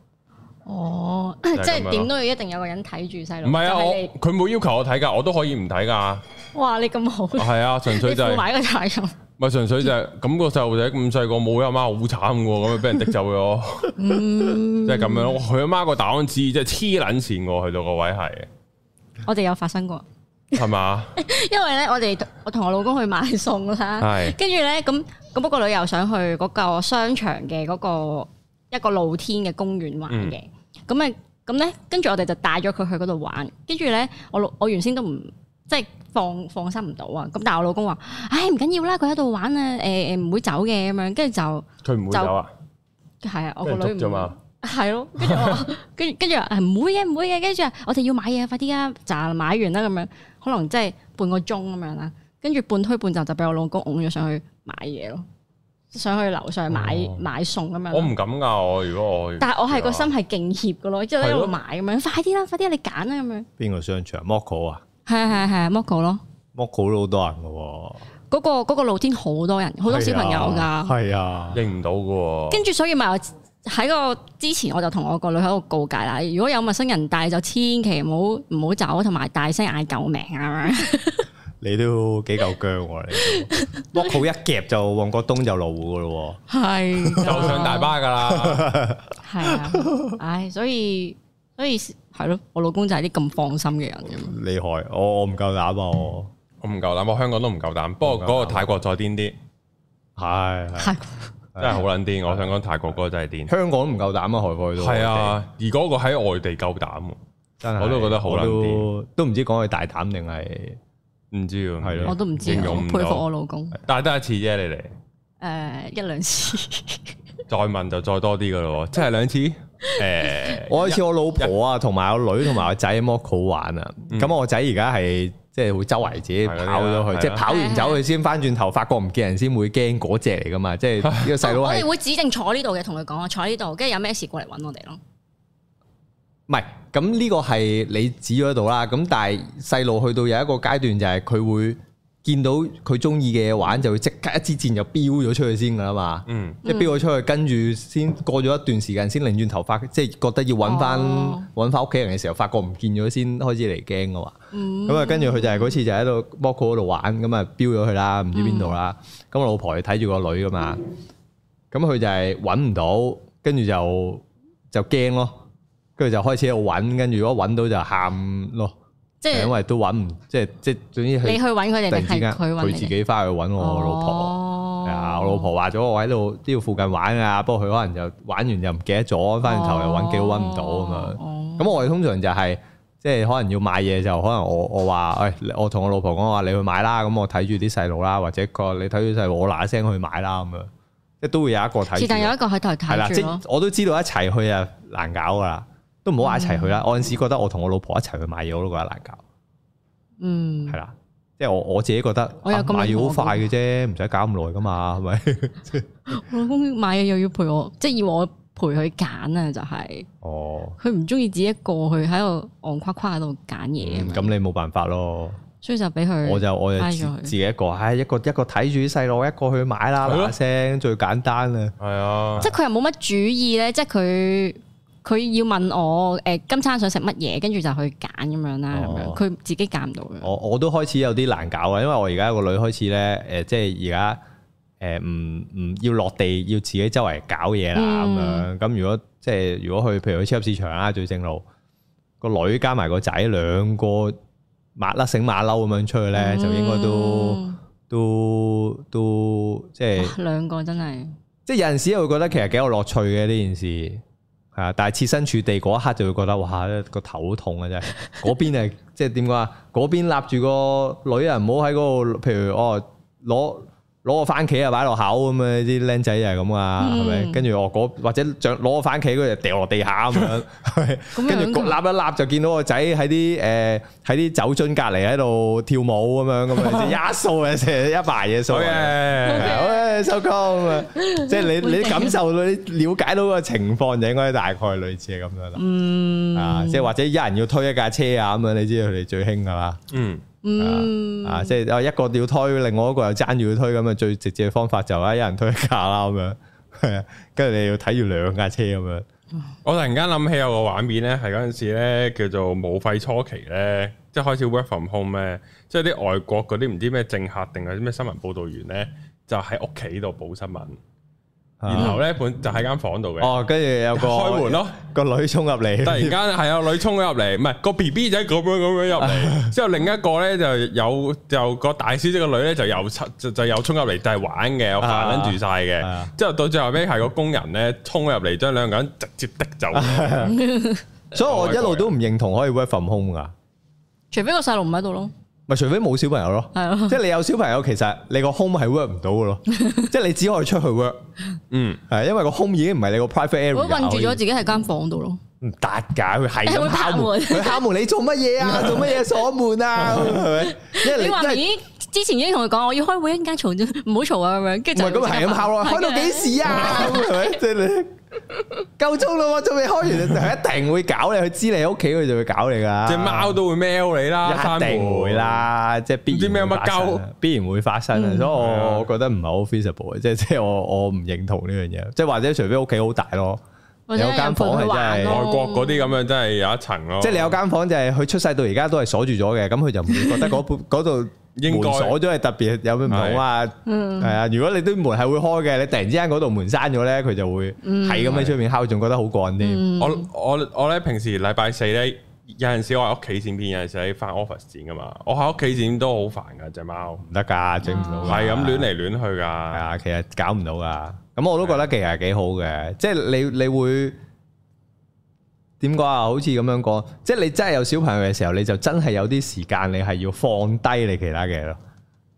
S2: 哦，即
S1: 係咁樣咯
S2: 係點都要一定有個人睇住細
S1: 唔
S2: 路。
S1: 係
S2: 就
S1: 啊，我
S2: 係你
S1: 佢冇要求我睇㗎，我都可以唔睇㗎，
S2: 哇！你咁好，
S1: 係啊，純
S2: 你
S1: 粹就係、
S2: 負埋一個責任。
S1: 咪純粹就係咁個細路仔咁細個冇阿媽好慘嘅喎，咁咪俾人滴走咗，即
S2: 嗯，
S1: 係咁樣咯。哇佢阿媽個打安子即係黐撚線喎，去到個位係
S2: 我哋有發生過，
S1: 係嘛？
S2: 因為咧，我哋我同我老公去買餸啦，
S1: 係
S2: 跟住咧，咁咁不個女又想去嗰個商場嘅嗰、個一個露天嘅公園玩
S1: 嗯
S2: 嘅，咁啊咁咧，跟住我哋就帶咗佢去嗰度玩，跟住咧，我老我原先都唔即係放放心唔到啊，咁但係我老公話：，唉唔緊要啦，佢喺度玩啊，誒誒唔會走嘅咁樣，跟住就
S1: 佢唔會走啊，
S2: 係啊，我
S1: 俾
S2: 個
S1: 人
S2: 女
S1: 捉啫
S2: 唔
S1: 嘛。
S2: 係咯，跟住我 話跟住跟住話係唔會嘅唔會嘅，跟住話我哋要買嘢快啲啊，就買完啦咁樣，可能即係半個鐘咁樣啦，跟住半推半就就俾我老公拱咗上去買嘢咯，上去樓上買、
S1: 哦
S2: 買餸咁樣啦。
S1: 我唔敢㗎，我如果我
S2: 但係我係個心係勁怯嘅咯，之後一
S1: 係
S2: 路
S1: 咯
S2: 買咁樣，快啲啦，快啲啊你揀啦咁樣。
S3: 邊個商場 Moco 啊
S2: 係啊係啊係啊 m o c o 咯，
S3: ，Moco 都好多人嘅喎，
S2: 嗰、個嗰個露天好多人，
S1: 啊
S2: 好多小朋友㗎。
S3: 係啊，
S1: 認唔到㗎喎。
S2: 跟住所以咪我喺個之前我就同我個女喺度告戒啦，如果有陌生人帶就千祈唔好唔好走，同埋大聲嗌救命啊咁樣。
S3: 你都幾夠姜喎你都，Moco 一夾就旺角東就路嘅咯
S2: 係
S1: 就上大，巴㗎啦，
S2: 係啊，唉，所以所以係咯，我老公就係啲咁放心嘅人咁樣。
S3: 喎，厲害！我我唔夠膽啊，我
S1: 我唔夠膽，我香港都唔夠膽。不過嗰個泰國再癲啲，
S3: 係係啊
S2: 係
S1: 真係好撚癲。我想講泰國嗰個真係癲。
S3: 香港都唔夠膽啊，海外都
S1: 係，啊，而嗰個喺外地夠膽喎，
S3: 真係
S1: 我都覺得好撚
S3: 我都都唔知講佢大膽定係
S1: 唔知喎。
S3: 係咯
S2: 我都唔知，啊
S1: 形
S2: 我
S1: 容唔
S2: 佩服
S1: 到
S2: 我老公。
S1: 但係得一次啫，你哋
S2: 誒一兩次，
S1: 再問就再多啲㗎咯喎，即係 兩次。誒，
S3: 我有一次我老婆啊，同埋我女同埋我仔喺 Moco 玩啊，咁、我仔而家係即係會周圍自己
S1: 嗯係嗰啲
S3: 跑咗
S1: 啦
S3: 去，即
S1: 係啊啦
S3: 係跑完走去先翻轉頭，發覺唔見人先會驚嗰只嚟噶嘛，即係呢個 細佬
S2: 我
S3: 係
S2: 哋會指定坐呢度嘅，同佢講啊，坐呢度，跟住有咩事過嚟揾我哋咯。
S3: 唔係？咁呢個係你指咗喺度啦，咁但係細路去到有一個階段就係佢會見到佢中意嘅嘢玩，就會即刻一支箭就飆咗出去先噶啦嘛。
S1: 嗯，
S3: 即係飆咗出去，跟住先過咗一段時間，先擰轉頭發，即係覺得要揾翻
S2: 哦
S3: 揾翻屋企人嘅時候，發覺唔見咗先開始嚟驚噶嘛。
S2: 嗯
S3: 咁啊，跟住佢就係嗰次就喺度 Moco 嗰度玩，咁啊標咗佢啦，唔知邊度啦。
S2: 嗯
S3: 咁我老婆就睇住個女噶嘛，咁佢就係揾唔到，跟住就就驚咯，跟住就開始喺度揾，跟住如果揾到就喊咯，
S2: 即係
S3: 因為都揾唔，即係即係總之
S2: 你
S3: 佢
S2: 去揾佢哋
S3: 突然
S2: 定
S3: 之
S2: 係
S3: 間
S2: 佢揾
S3: 佢
S2: 你
S3: 自
S2: 哋？
S3: 己翻去揾我老婆。
S2: 哦
S3: 係啊，我老婆話咗我喺度呢度附近玩啊，不過佢可能就玩完又唔記得咗，翻轉頭又揾幾都揾唔到咁樣。
S2: 哦
S3: 咁我哋通常就係、即係可能要買嘢就可能我我話，誒、我同我老婆講話你去買啦，咁我睇住啲細路啦，或者個你睇住細路，我嗱嗱聲去買啦咁樣，即係都會有一個睇
S2: 是但有
S3: 住。
S2: 一個喺度
S3: 係啦，
S2: 睇
S3: 即
S2: 住
S3: 係
S2: 咯。
S3: 我都知道一齊去啊難搞噶啦，都唔好話一齊去啦。我有陣時覺得我同我老婆一齊去買嘢我都覺得難搞，
S2: 嗯
S3: 係，啦，即係我我自己覺得
S2: 我有
S3: 啊
S2: 咁
S3: 買嘢
S2: 諗過
S3: 好快嘅啫，唔使搞咁耐噶嘛，係 咪？
S2: 我老公買嘢又要陪我，即係要我陪佢揀啊，就係
S3: 哦。
S2: 佢唔中意自己一個去喺度戇夸夸喺度揀嘢
S3: 嗯
S2: 咁
S3: 咁
S2: 樣，
S3: 你冇辦法咯，
S2: 所以就俾佢。
S3: 我就我就
S2: 嗯拉咗
S3: 自
S2: 佢
S3: 自己一個，唉，一個一個睇住啲細路，一個去買啦，
S1: 係咯
S3: 嗱聲最簡單啦。
S1: 係啊
S2: 即，係佢又冇乜主意咧，即係佢佢要問我誒、今餐想食乜嘢，跟住就去揀咁樣啦，咁
S3: 哦
S2: 樣佢自己揀唔到嘅。
S3: 我我都開始有啲難搞啊啦，因為我而家個女開始咧，誒，即係而家誒唔唔要落地，要自己周圍搞嘢啦咁樣。
S2: 嗯
S3: 咁如果即係如果去譬如去超級市場啊啦，最正路個女加埋個仔兩個馬甩繩馬騮咁樣出去咧，就應該都
S2: 嗯
S3: 都都即係。
S2: 哇兩個真係
S3: 即係有陣時會覺得其實幾有樂趣嘅呢件事，係啊！但係設身處地嗰一刻就會覺得哇個頭痛 啊真係，嗰邊係即係點講啊？嗰邊立住個女人唔好喺嗰度，譬如哦攞攞我番茄啊擺落口咁啊，啲僆仔就係咁啊，係咪？
S2: 嗯
S3: 跟住我嗰或者將攞我番茄嗰就掉落地下咁樣，係咪
S2: 咁啊樣
S3: 跟住
S2: 㗎
S3: 立一立就見到個仔喺啲誒喺啲酒樽隔離喺度跳舞咁樣咁 啊，即係一掃嘅成一排嘢掃啊
S1: 好
S3: 落嚟。
S1: 嘅，
S3: 喂，收工啊！即系你你感受到、你了解到個情況，就應該大概類似係咁樣啦。
S2: 嗯
S3: 啊，即係或者一人要推一架車啊咁樣，你知道佢哋最興噶啦。
S1: 嗯，
S2: 嗯
S3: 啊，即係哦一個要推，另外一個又爭住要推，咁啊最直接嘅方法就係一人推一架啦咁 樣。係啊跟住你要睇住兩架車咁樣。
S1: 我突然間諗起有個畫面咧，係嗰陣時咧叫做武肺初期咧，即係開始 work from home 咧，即係啲外國嗰啲唔知咩政客定係啲咩新聞報導員咧，就喺屋企度補新聞，
S3: 啊
S1: 然後咧本就喺間房度嘅，
S3: 哦，跟住有個
S1: 開 門咯。
S3: 個女衝入嚟，
S1: 突然 間係有女衝咗入嚟，唔係個 B B 仔咁樣咁樣入
S3: 啊
S1: 嚟，之後另一個咧就有就個大小姐個女咧就又出就就又衝入嚟，就係玩嘅，我煩撚住晒
S3: 係啊
S1: 嘅。之後到最後尾係個工人咧衝入嚟，將兩個人直接滴走咗。
S3: 所以我一路都唔認同可以 work from home 噶，
S2: 除非個細路唔喺度咯，
S3: 咪除非冇小朋友咯。
S2: 係 咯，
S3: 即係你有小朋友，其實你個 home 係 work 唔到 嘅咯，即係你只可以出去 work，
S1: 嗯，
S3: 係因為個 home 已經唔係你個
S2: 如
S3: private area，哦
S2: 果困住咗自己喺間房度咯，
S3: 唔達㗎，佢
S2: 係
S3: 係
S2: 會
S3: 咁
S2: 拍
S3: 敲門，
S2: 門
S3: 佢敲門你做乜嘢 啊？做乜嘢鎖門啊？係咪？因為
S2: 你
S3: 你
S2: 話
S3: 真
S2: 明
S3: 係
S2: 已經之前已經同佢講，我要開會一陣間嘈 啫，唔好嘈啊咁樣，跟
S3: 唔
S2: 住
S3: 係
S2: 就
S3: 咁係咁敲咯，開到幾時啊？咁 係咪？即係你夠鐘啦喎，仲未開完就一定會搞你，佢知你喺屋企佢就會搞你㗎。
S1: 只貓都會喵你啦，
S3: 啊一定會啦，即係必然會發生
S1: 唔知咩乜
S3: 啊，必然會發生啊，所以
S1: 係啊
S3: 我我覺得唔係好 feasible 嘅，即係即係我我唔認同呢樣嘢，即係或者除非屋企好大咯，
S2: 或者有
S3: 有間
S2: 人陪
S3: 房係
S2: 佢
S3: 真係
S1: 三
S2: 玩咯
S1: 個。外國嗰啲咁樣真係有一層咯，
S3: 即係你有間房就係佢出世到而家都係鎖住咗嘅，咁佢就唔會覺得 嗰部嗰度
S1: 應
S3: 門
S1: 該
S3: 鎖咗係特別有咩唔同啊？係啊，如果你啲門係會開嘅，你突然之間嗰度門閂咗咧，佢就會係咁喺出面敲，仲覺得好過癮添。
S1: 我我我咧平時禮拜四咧，有陣時我喺屋企剪片，有陣時喺翻 office 剪噶嘛。我喺屋企剪都好煩噶，只貓
S3: 唔得噶，整唔到㗎。
S1: 係咁亂嚟亂去
S3: 係
S1: 噶。
S3: 啊，其實搞唔到噶。咁我都覺得其實幾好嘅，即係你你會點講啊？好似咁樣講，即係你真係有小朋友嘅時候，你就真係有啲時間，你係要放低你其他嘅嘢咯。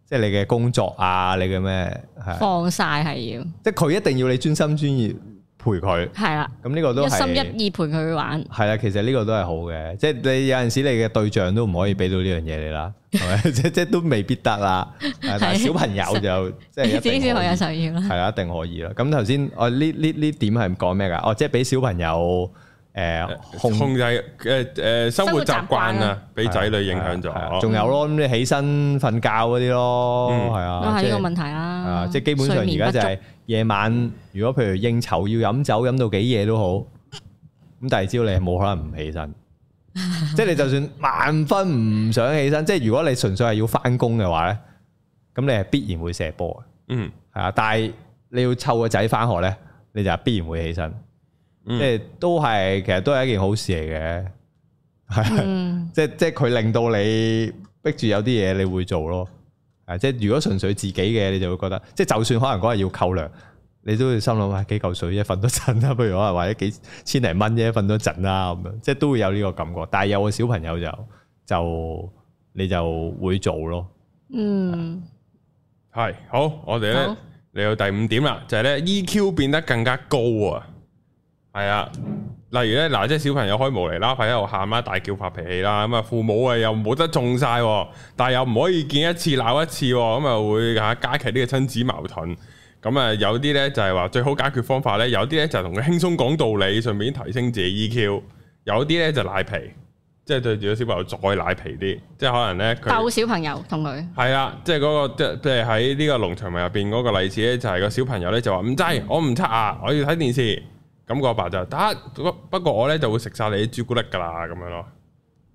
S3: 即係你嘅工作啊，你嘅咩係，
S2: 放晒係要，
S3: 即係佢一定要你專心專意陪佢。
S2: 係啦，
S3: 咁呢個都
S2: 一
S3: 係
S2: 心一意陪佢玩，
S3: 係啦，其實呢個都係好嘅，即係你有陣時你嘅對象都唔可以俾到呢樣嘢你啦，係咪？ 即即都未必得啦。係但係
S2: 係
S3: 小朋友就即係
S2: 自
S3: 一定
S2: 己小朋
S3: 可以
S2: 友就要啦。
S3: 係啦，一定可以啦。咁頭先我呢呢呢點係講咩㗎？哦，即係俾小朋友誒
S1: 控制誒誒生活習慣啊，俾仔女影響
S3: 係啊
S1: 咗。
S3: 仲有咯，咁你起身瞓覺嗰啲咯，
S1: 嗯
S3: 係
S2: 都
S3: 啊，
S2: 係
S3: 即
S2: 呢個
S3: 係
S2: 問題啦
S3: 啊，。即係基本上而家就係夜晚，如果譬如應酬要飲酒，飲到幾夜都好，咁第二朝你係冇可能唔起 身。即係你就算萬分唔想起身，即係如果你純粹係要翻工嘅話咧，咁你係必然會射波嘅。
S1: 嗯，
S3: 系啊，但係你要湊個仔翻學咧，你就必然會起身，
S1: 嗯
S3: 即係都係其實都係一件好事嚟嘅，係啊、
S2: 嗯，
S3: 即即係佢令到你逼住有啲嘢你會做咯，啊，即係如果純粹自己嘅，你就會覺得，即係就算可能嗰日要扣糧，你都會心諗，唉，幾嚿水啫，瞓多陣啊啦，不如可 能或者幾千零蚊啫，瞓多陣啊啦，咁樣，即係都會有呢個感覺。但係有個小朋友就就你就會做咯，
S2: 嗯，
S1: 係好，我哋
S2: 好
S1: 咧嚟到第五點啦，就係咧 EQ 變得更加高啊。係啊，例如咧嗱，即係小朋友開無厘啦，喺度喊啦，大叫發脾氣啦，咁啊父母啊又冇得中晒喎，但係又唔可以見一次鬧一次喎，咁啊會嚇加劇呢個親子矛盾。咁啊有啲咧就係話最好解決方法咧，有啲咧就係同佢輕鬆講道理，順便提升自己 EQ，有啲咧就賴皮，即係對住個小朋友再賴皮啲，即係可能咧佢。
S2: 鬥小朋友同佢，
S1: 係啊，即係嗰、個即即係喺呢個農場迷入邊嗰個例子咧，就係、個小朋友咧就話唔制，
S3: 嗯
S1: 我唔刷牙，我要睇電視。咁、個阿爸就得，不不過我咧就會食晒你啲朱古力㗎啦，咁樣咯，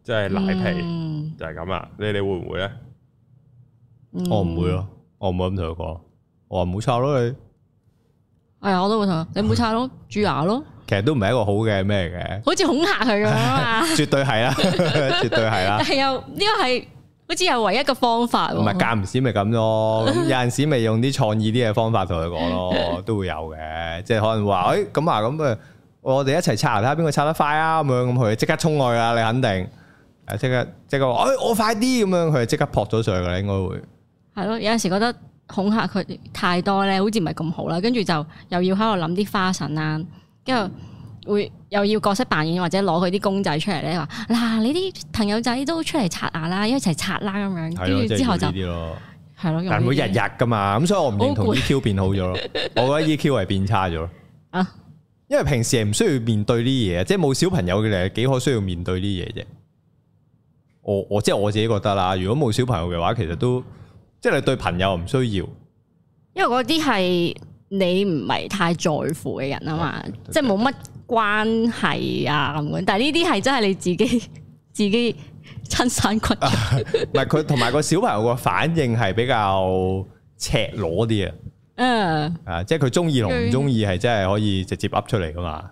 S1: 即係賴皮、
S2: 嗯
S1: 就係咁啦。你哋會唔會咧？
S3: 我唔會。咯，我唔會咁同佢講，我話唔好抄咯你。
S2: 係啊，我都會同佢，你唔好刷 咯，蛀牙咯，
S3: 其實都唔係一個好嘅咩嚟
S2: 好似恐嚇佢咁啊嘛。
S3: 嘅，絕對係啦，絕對係啦
S2: 但。係又呢個係好似係唯一嘅方法喎。
S3: 唔係間唔時咪咁咯，咁有陣時咪用啲創意啲嘅方法同佢講咯，都會有嘅，即係可能話，誒咁啊咁啊，我哋一齊刷牙睇下邊個刷得快啊咁樣，咁佢即刻衝過去啦，你肯定，誒即刻即刻話，哎誒我快啲咁樣，佢就即刻撲咗上去啦，應該會
S2: 係咯，有陣時覺得恐嚇佢太多咧，好似唔係咁好啦。跟住就又要喺度諗啲花神啦，跟住會又要角色扮演或者攞佢啲公仔出嚟咧，話嗱你啲朋友仔都出嚟刷牙啦，一齊刷啦咁樣。
S3: 係咯，
S2: 跟
S3: 即
S2: 住
S3: 係
S2: 之後
S3: 做
S2: 就
S3: 呢啲咯。
S2: 係咯，用
S3: 但唔會
S2: 呢
S3: 日
S2: 啲
S3: 日噶嘛，咁所以我唔認同
S2: 好攰
S3: EQ 變好咗咯， 我覺得 EQ 係變差咗咯。
S2: 啊，
S3: 因為平時係唔需要面對呢啲嘢，即係冇小朋友嘅你係幾可需要面對呢啲嘢啫。我我即係我自己覺得啦，如果冇小朋友嘅話，其實都即係你對朋友唔需要，
S2: 因為嗰啲係你唔係太在乎嘅人啊嘛，即係冇乜關係啊咁樣。但係呢啲係真係你自己 自己親生骨肉
S3: 唔係佢同埋個小朋友個反應係比較赤裸啲啊，
S2: 嗯，
S3: 啊，即係佢中意同唔中意係真係可以直接噏出嚟噶嘛。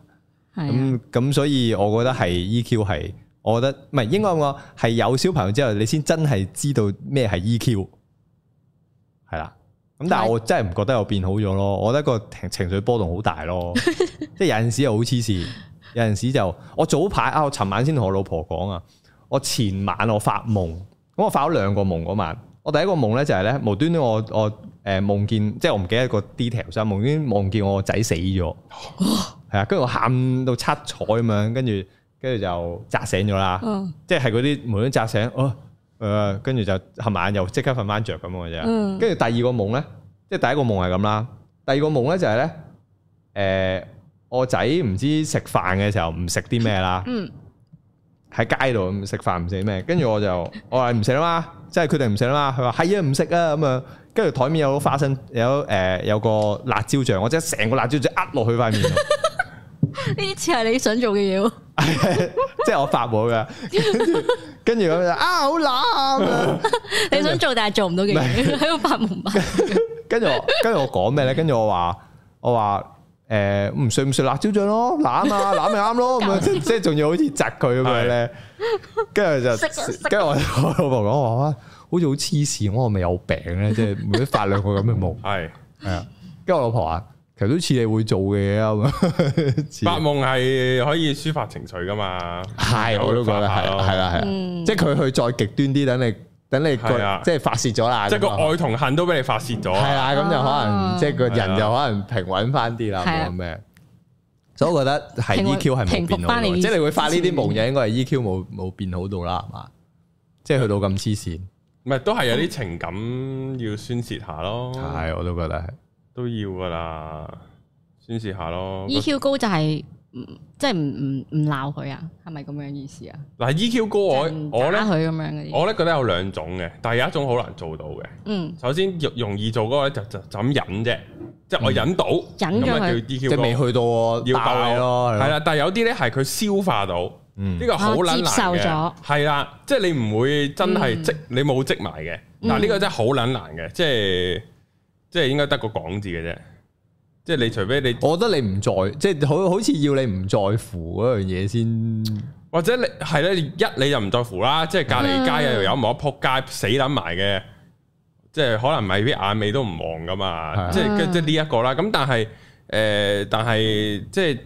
S2: 係啊
S3: 咁咁所以我覺得係 EQ 係，我覺得唔係應該咁講，係有小朋友之後，你先真係知道咩係 EQ，係啦。咁但係我真係唔覺得有變好咗咯，我覺得個情情緒波動好大咯，即係有陣時又好黐線，有陣時就我早排啊，我尋晚先同我老婆講啊，我前晚我發夢，咁我發咗兩個夢嗰晚，我第一個夢咧就係咧無端端我我誒夢見，即係我唔記得個 detail 啦，無端端夢見我個仔死咗。係啊，跟住我喊到七彩咁樣，跟住跟住就扎醒咗啦
S2: 啊，，嗯
S3: 即係嗰啲無端端扎醒，哦，誒、跟住就合埋眼又即刻瞓翻着咁嘅啫。
S2: 嗯
S3: 跟住第二個夢咧，即係第一個夢係咁啦，第二個夢咧就係咧，誒、我仔唔知食飯嘅時候唔食啲咩啦，
S2: 嗯
S3: 喺街度咁食飯唔食咩，跟住我就我話唔食啦嘛，即係佢哋唔食啦嘛，佢話係啊唔食啊咁啊，跟住台面有花生有誒、有個辣椒醬，我即係成個辣椒醬呃落去塊面 度。
S2: 呢啲似係你想做嘅嘢喎，
S3: 即係我發冇嘅，跟住跟住咁就啊好乸啊咁樣，
S2: 你想做但係做唔到嘅嘢，喺度發夢吧，
S3: 跟住我跟住我講咩咧？跟住我話我話誒唔食唔食辣椒醬咯，攬啊攬咪啱咯，咁樣即即係仲要好似窒佢咁樣咧，跟住就
S2: 食啊食啊
S3: 跟住我 我老婆講我話哇好似好黐線，我係咪有病咧？即係每一發兩個咁嘅夢，
S1: 係
S3: 係啊，跟住我老婆話其實都似你會做嘅嘢啊咁樣，
S1: 發夢係可以抒發情緒噶嘛？
S3: 係我都覺得係係啦係啦，
S2: 嗯
S3: 即，係佢去再極端啲，等你等你個
S1: 係啊
S3: 即係發泄咗啦，
S1: 即係個
S3: 咁啊
S1: 愛同恨都俾你發泄咗。
S3: 係啦，咁就可
S2: 啊
S3: 能即係個
S1: 係啊
S3: 人就可能平穩翻啲啦，
S2: 係啊
S3: 冇咁咩。所以我覺得係
S2: 平穩
S3: EQ 係冇
S2: 平
S3: 變
S2: 復
S3: 好
S2: 返
S3: 到，
S2: 你 E
S3: 即係你會發呢啲
S2: 之前
S3: 夢嘢，應該係 EQ 冇冇變好到啦，係嘛？即係去到咁黐線，
S1: 唔係都係有啲情感要宣泄下咯，
S3: 係我都覺得係。
S1: 都要噶啦，宣泄下咯。
S3: E
S2: EQ E 高就係唔即係唔唔唔鬧佢啊，係咪咁樣意思啊？
S1: 嗱 EQ 高我
S2: 即係唔
S1: 我
S2: 打
S1: 咧
S2: 佢咁樣嗰啲，
S1: 我咧覺得有兩種嘅，但係有一種好難做到嘅。
S2: 嗯，
S1: 首先容容易做嗰個咧就就就咁忍啫，即係我忍到，
S2: 忍咗
S1: 咁啊叫
S2: 佢
S1: EQ
S3: 嗯即
S1: 高
S3: 係未去到我
S1: 要
S3: 大
S1: 鬥
S3: 咯，
S1: 係，啦。但係有啲咧係佢消化到，
S3: 嗯
S1: 呢個好撚
S2: 哦接
S1: 難
S2: 受
S1: 嘅
S2: 咗，
S1: 係啦，即係你唔會真係
S2: 嗯
S1: 積，你冇積埋嘅。
S2: 嗯
S1: 嗱，呢個真係好撚難嘅，即係即係應該得個講字嘅啫。即係你除非你
S3: 我覺得你唔在，即係好好似要你唔在乎嗰樣嘢先。
S1: 或者你係咧，一你就唔在乎啦，即係隔離街啊有條友冇得撲街死撚埋嘅，即係可能未必眼尾都唔望噶
S3: 係啊
S1: 嘛，即係跟即係呢一個啦。咁但係誒、呃但係即係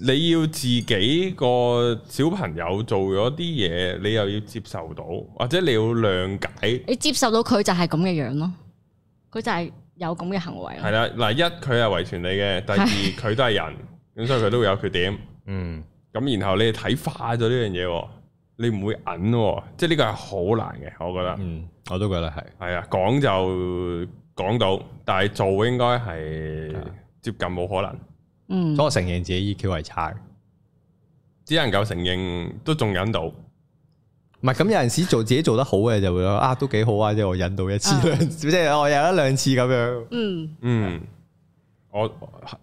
S1: 你要自己個小朋友做咗啲嘢，你又要接受到，或者你要諒解。
S2: 你接受到佢就係咁嘅樣咯，佢就係有咁嘅行為
S1: 係
S2: 咯，
S1: 啦，嗱一佢係遺傳你嘅，第二佢都係人，咁所以佢都會有缺點。
S3: 嗯，
S1: 咁然後你哋睇化咗呢樣嘢喎，你唔會揞喎，即係呢個係好難嘅，我覺得
S3: 嗯，我都覺得係。
S1: 係啊，講就講到，但係做應該係
S3: 係啊
S1: 接近冇可能，
S2: 嗯
S3: 所以，我承認自己 EQ 係差嘅。
S1: 只能夠承認都仲忍到，
S3: 唔係咁有陣時做自己做得好嘅就會覺得啊都幾好啊，即係我引到一次
S2: 啊
S3: 兩，即係我有一兩次咁樣。
S2: 嗯，
S1: 嗯，我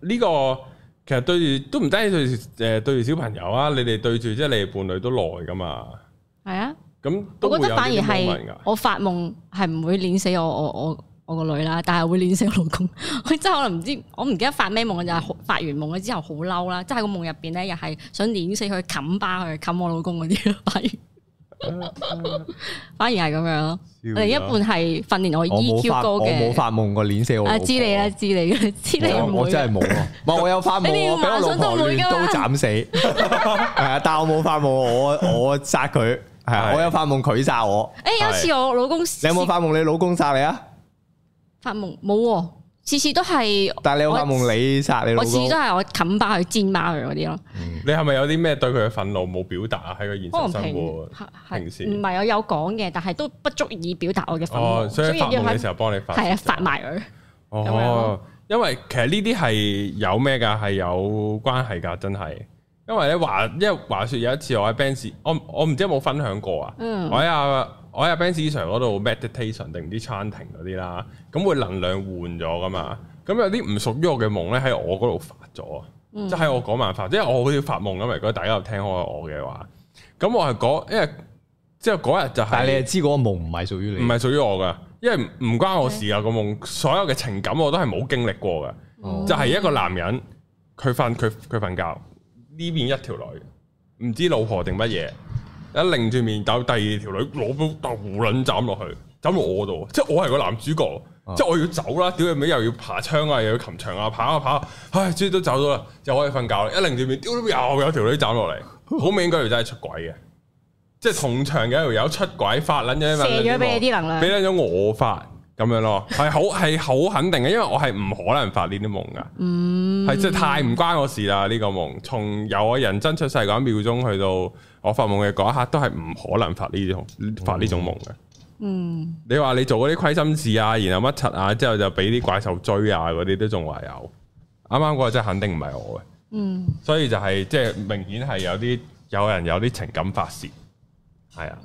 S1: 呢、個其實對住都唔單止對住誒對住小朋友啊，你哋對住即係你哋伴侶都耐噶嘛，
S2: 係啊，
S1: 咁都
S2: 我
S1: 會
S2: 覺
S1: 有
S2: 得反而
S1: 呢啲 moment
S2: 係
S1: 㗎
S2: 我發夢係唔會碾死我我我我個女啦，但係會碾死我老公。 佢真係可能唔知，我唔記得發咩夢，就係好發完夢之後好嬲啦，即係喺個夢入邊咧又係想碾死佢、冚巴佢、冚我老公嗰啲咯。 反而反而係咁樣咯。另一半係訓練我
S3: 啊我冇
S2: EQ
S3: 發
S2: 高
S3: 我冇
S2: 嘅。
S3: 發夢過碾死我
S2: 啊，
S3: 老婆
S2: 知你啦，知你啦， 知你
S3: 我
S2: 唔
S3: 我
S2: 會
S3: 真
S2: 嘅。
S3: 係冇啊，唔係我有發夢，
S2: 你哋要
S3: 我俾我老
S2: 幻想
S3: 婆
S2: 都會
S3: 亂
S2: 㗎嘛
S3: 刀斬死， 係啊，但我冇發夢，我我殺佢，係啊
S1: 係
S3: 我有發夢佢殺我，
S2: 哎誒有次我老公
S3: 你有冇發夢你老公殺你啊？
S2: 發夢冇喎，次次都係
S3: 但係你有發夢你殺你老
S2: 我次
S3: 公
S2: 次都，係我冚巴佢、煎巴佢嗰啲咯。
S1: 你係咪有啲咩對佢嘅憤怒冇表達啊？喺個現
S2: 可
S1: 實
S2: 能
S1: 生活
S2: 平係
S1: 平時
S2: 唔係我有講嘅，但係都不足以表達我嘅憤
S1: 哦，
S2: 怒，
S1: 所以發夢嘅時候
S2: 候
S1: 幫你發
S2: 係啊發埋佢，咁
S1: 哦
S2: 樣咯，
S1: 因為其實呢啲係有咩㗎，係有關係㗎，真係。因為咧話，因為話説有一次我喺 Benz，我我唔知有冇分享過啊。
S2: 嗯
S1: 我喺阿我喺阿 Benz Sir 嗰度 meditation 定唔知 chanting 嗰啲啦，咁會能量換咗噶嘛。咁有啲唔屬於我嘅夢咧，喺我嗰度發咗啊，
S2: 嗯
S1: 即係喺我嗰晚發，即係我好似發夢咁。如果大家有聽開我嘅話，咁我係嗰，因為之後嗰日就係、
S3: 但係你係知嗰個夢唔係屬於你，
S1: 唔係屬於我噶，因為唔唔關我事啊個夢，所有嘅情感我都係冇經歷過嘅，
S3: 哦
S1: 就係一個男人佢瞓佢佢瞓覺呢邊一條女，唔知老婆定乜嘢，一擰住面有第二條女攞刀豆撚斬落去，斬到我度，即係我係個男主角，
S3: 哦
S1: 即係我要走啦，屌你咪又要爬窗啊，又要擒牆啊，跑啊跑啊，唉，終於都走咗啦，又可以瞓覺啦，一擰住面，屌你又有條女斬 落嚟，好明顯嗰條真係出軌嘅。即係同場嘅一條友出軌發撚咗一晚
S2: 射咗俾你啲能量
S1: 俾咗我發咁樣咯，係好係好肯定嘅，因為我係唔可能發呢啲夢噶，
S2: 嗯，
S1: 係即係太唔關我事啦呢個夢。從由我人真出世嗰一秒鐘去到我發夢嘅嗰一刻，都係唔可能發呢種發呢種夢嘅。
S2: 嗯，
S1: 你話你做嗰啲虧心事啊，然後乜柒啊，之後就俾啲怪獸追啊嗰啲都仲話有。啱啱嗰個真係肯定唔係我嘅，
S2: 嗯，
S1: 所以就係即係明顯係有啲有人有啲情感發泄，係啊。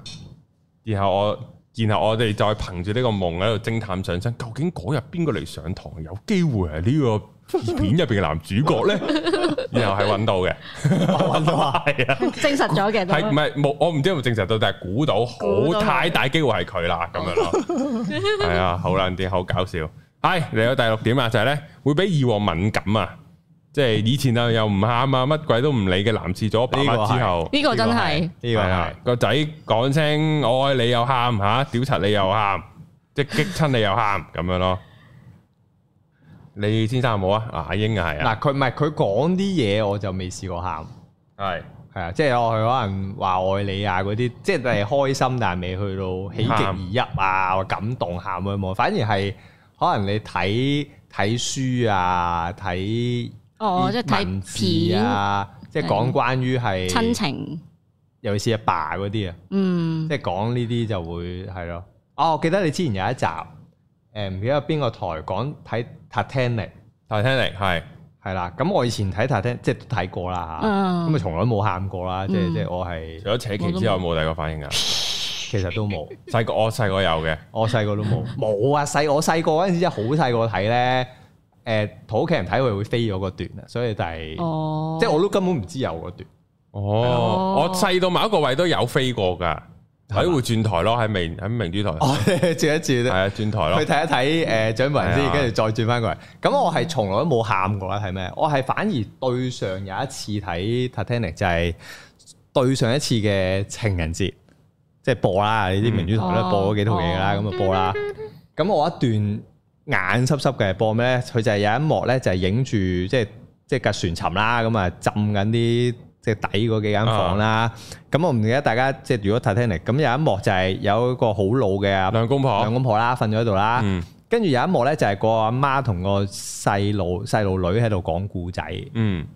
S1: 然後我然後我哋再憑住呢個夢喺度偵探上身，究竟嗰日邊個嚟上堂有機會係呢個片入邊嘅男主角呢？ 然後係揾到嘅，
S3: 搵到啊，
S1: 係啊，
S2: 證實咗嘅都
S1: 係唔係冇？我唔知有冇證實到，但係估到
S2: 估
S1: 好
S2: 到
S1: 太大機會係佢啦，咁樣咯。係啊，好難啲，好搞笑。係嚟到第六點啊，就係咧會比以往敏感啊，即係以前啊又唔喊啊，乜鬼都唔理嘅男廁咗爸
S3: 呢個
S1: 媽
S3: 係
S1: 之後，
S2: 呢個真係
S3: 呢個
S1: 係
S3: 係
S1: 啊個仔講聲我愛你又喊吓，屌柒你又喊，即係激親你又喊咁樣咯。你先生有冇啊？啊阿英啊係啊，
S3: 嗱，佢唔係佢講啲嘢，我就未試過喊，
S1: 係
S3: 係啊，即係我佢可能話愛你啊嗰啲，即係係開心，但係未去到喜極而泣啊，或感動喊咁樣，反而係可能你睇睇書啊，睇
S2: 哦，即係
S3: 啲
S2: 睇
S3: 文字
S2: 片
S3: 啊，即係講關於
S2: 親
S3: 係，
S2: 情，
S3: 尤其是阿爸嗰啲啊。
S2: 嗯，
S3: 即係講呢啲就會係咯。哦，我記得你之前有一集，誒、唔記得邊個台講睇 Titanic
S1: 大聽嚟係
S3: 係啦。咁我以前睇 Titanic 即係都睇過啦嚇，
S2: 嗯
S3: 咁啊從來都冇喊過啦。即係
S2: 嗯
S3: 即係我係
S1: 除咗扯旗之外冇第二個反應啊。
S3: 其實都冇，
S1: 細個我細個有嘅。
S3: 我細個都冇冇啊！細我細個嗰陣時真係好細個睇咧，誒同屋企人睇佢會飛咗個段啊，所以就係、
S2: 哦，
S3: 即係我都根本唔知有嗰段。
S1: 哦，
S2: 哦
S1: 我細到某一個位都有飛過㗎，喺會轉台咯，喺明喺明珠台，
S3: 我轉一轉
S1: 係啊轉台
S3: 去
S1: 咯，
S3: 睇一睇誒獎文
S1: 係
S3: 先，
S1: 啊
S3: 跟住再轉翻過嚟。咁我係從來都冇喊過啦，係咩？我係反而對上有一次睇 Titanic 就係對上一次嘅情人節，即係播啦，你啲明珠台都
S2: 嗯
S3: 播嗰幾套嘢啦，咁啊播啦。咁我一段眼濕濕嘅播咩咧？佢就係有一幕咧，就係影住即係即係架船沉啦，咁啊浸緊啲即係底嗰幾間房啦。咁我唔記得大家即係如果 Titanic 咁有一幕就係有一個好老嘅阿
S1: 兩公
S3: 兩
S1: 婆，
S3: 公婆啦，瞓咗喺度啦。
S1: 哦嗯
S3: 跟住有一幕咧，就係個阿媽同個細路細路女喺度講故仔，
S1: 嗯，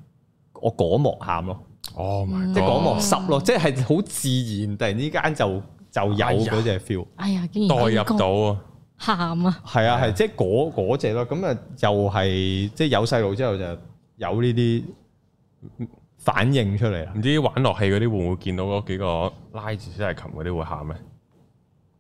S3: 我嗰幕喊咯，
S1: 哦
S2: 嗯
S3: 即係嗰幕
S2: 哦
S3: 濕咯，即係好自然，突然之間就就有
S1: 哎呀
S3: 嗰只 feel。
S2: 哎呀，竟然
S1: 代入
S2: 英國
S1: 到啊，
S2: 喊啊，
S3: 係啊，係即係嗰嗰只咯。咁啊，又係即係有細路之後就有呢啲反應出嚟啦。
S1: 唔知玩樂器嗰啲會唔會見到嗰幾個拉住小提琴嗰啲會喊咧？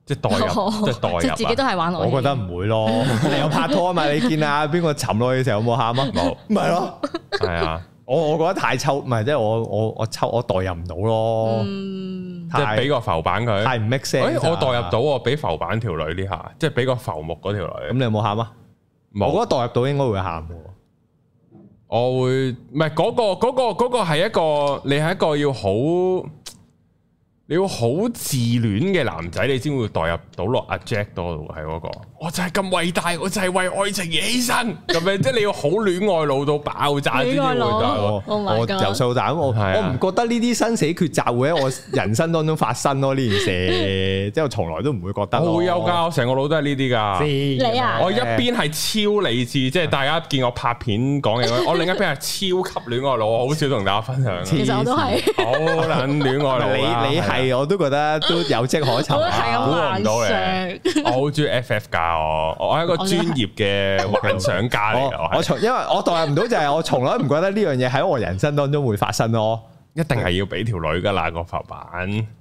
S1: 即係代 入，即係代入
S2: 哦即係
S1: 啊，
S2: 自己都係玩落
S3: 我
S2: 去，
S3: 覺得唔會咯，你有拍拖啊嘛？你見啊邊個沉落去嘅時候有冇喊啊？冇，咪咯。
S1: 係啊，
S3: 我我覺得太抽，唔係即係我我我抽我代入唔到咯。
S2: 嗯，
S1: 即係
S3: 太
S1: 俾個浮板佢，
S3: 太唔 make sense
S1: 哎
S3: 啊。
S1: 我代入到喎，俾浮板條女呢下，即係俾個浮木嗰條
S3: 咁
S1: 女，
S3: 你有冇喊啊？我覺
S1: 冇，
S3: 得代入到應該會喊喎。
S1: 我會唔係嗰個嗰個嗰個係一個你係一個要好你要好自戀嘅男仔，你先會代入到落阿 Jack 嗰度係嗰個。我就係咁偉大，我就係為愛情而犧牲咁樣，即係你要好戀愛腦到爆炸先至會代
S2: 戀愛
S1: 入啊
S2: 腦。
S3: 我
S2: Oh my
S3: 我
S2: God
S3: 由細到大，我我
S1: 係啊
S3: 唔覺得呢啲生死抉擇會喺我人生當中發生咯。呢件事，即係我從來都唔會覺得咯。
S1: 我會有㗎，我成個腦都係呢啲
S3: 知
S1: 㗎。
S2: 你啊
S1: 我一邊係超理智，即係大家見我拍片講嘢嗰 陣，我另一邊係超級戀愛腦，我好少同大家分享嘅。
S2: 其實我都係，
S1: 好撚戀愛腦㗎
S3: 你你
S1: 係啊
S3: 係我都覺得都有跡可
S2: 我
S3: 尋
S2: 都係
S3: 啊。
S1: 估
S2: 咁
S1: 唔
S2: 幻
S1: 到你
S2: 想，
S1: 我好中意 FF 噶我，我係一個專業 嘅幻想家嚟噶，
S3: 我我
S1: 我係
S3: 從因為我代入唔到，就係我從來唔覺得呢樣嘢喺我人生當中會發生咯。
S1: 一定係要俾條女噶啦個浮板，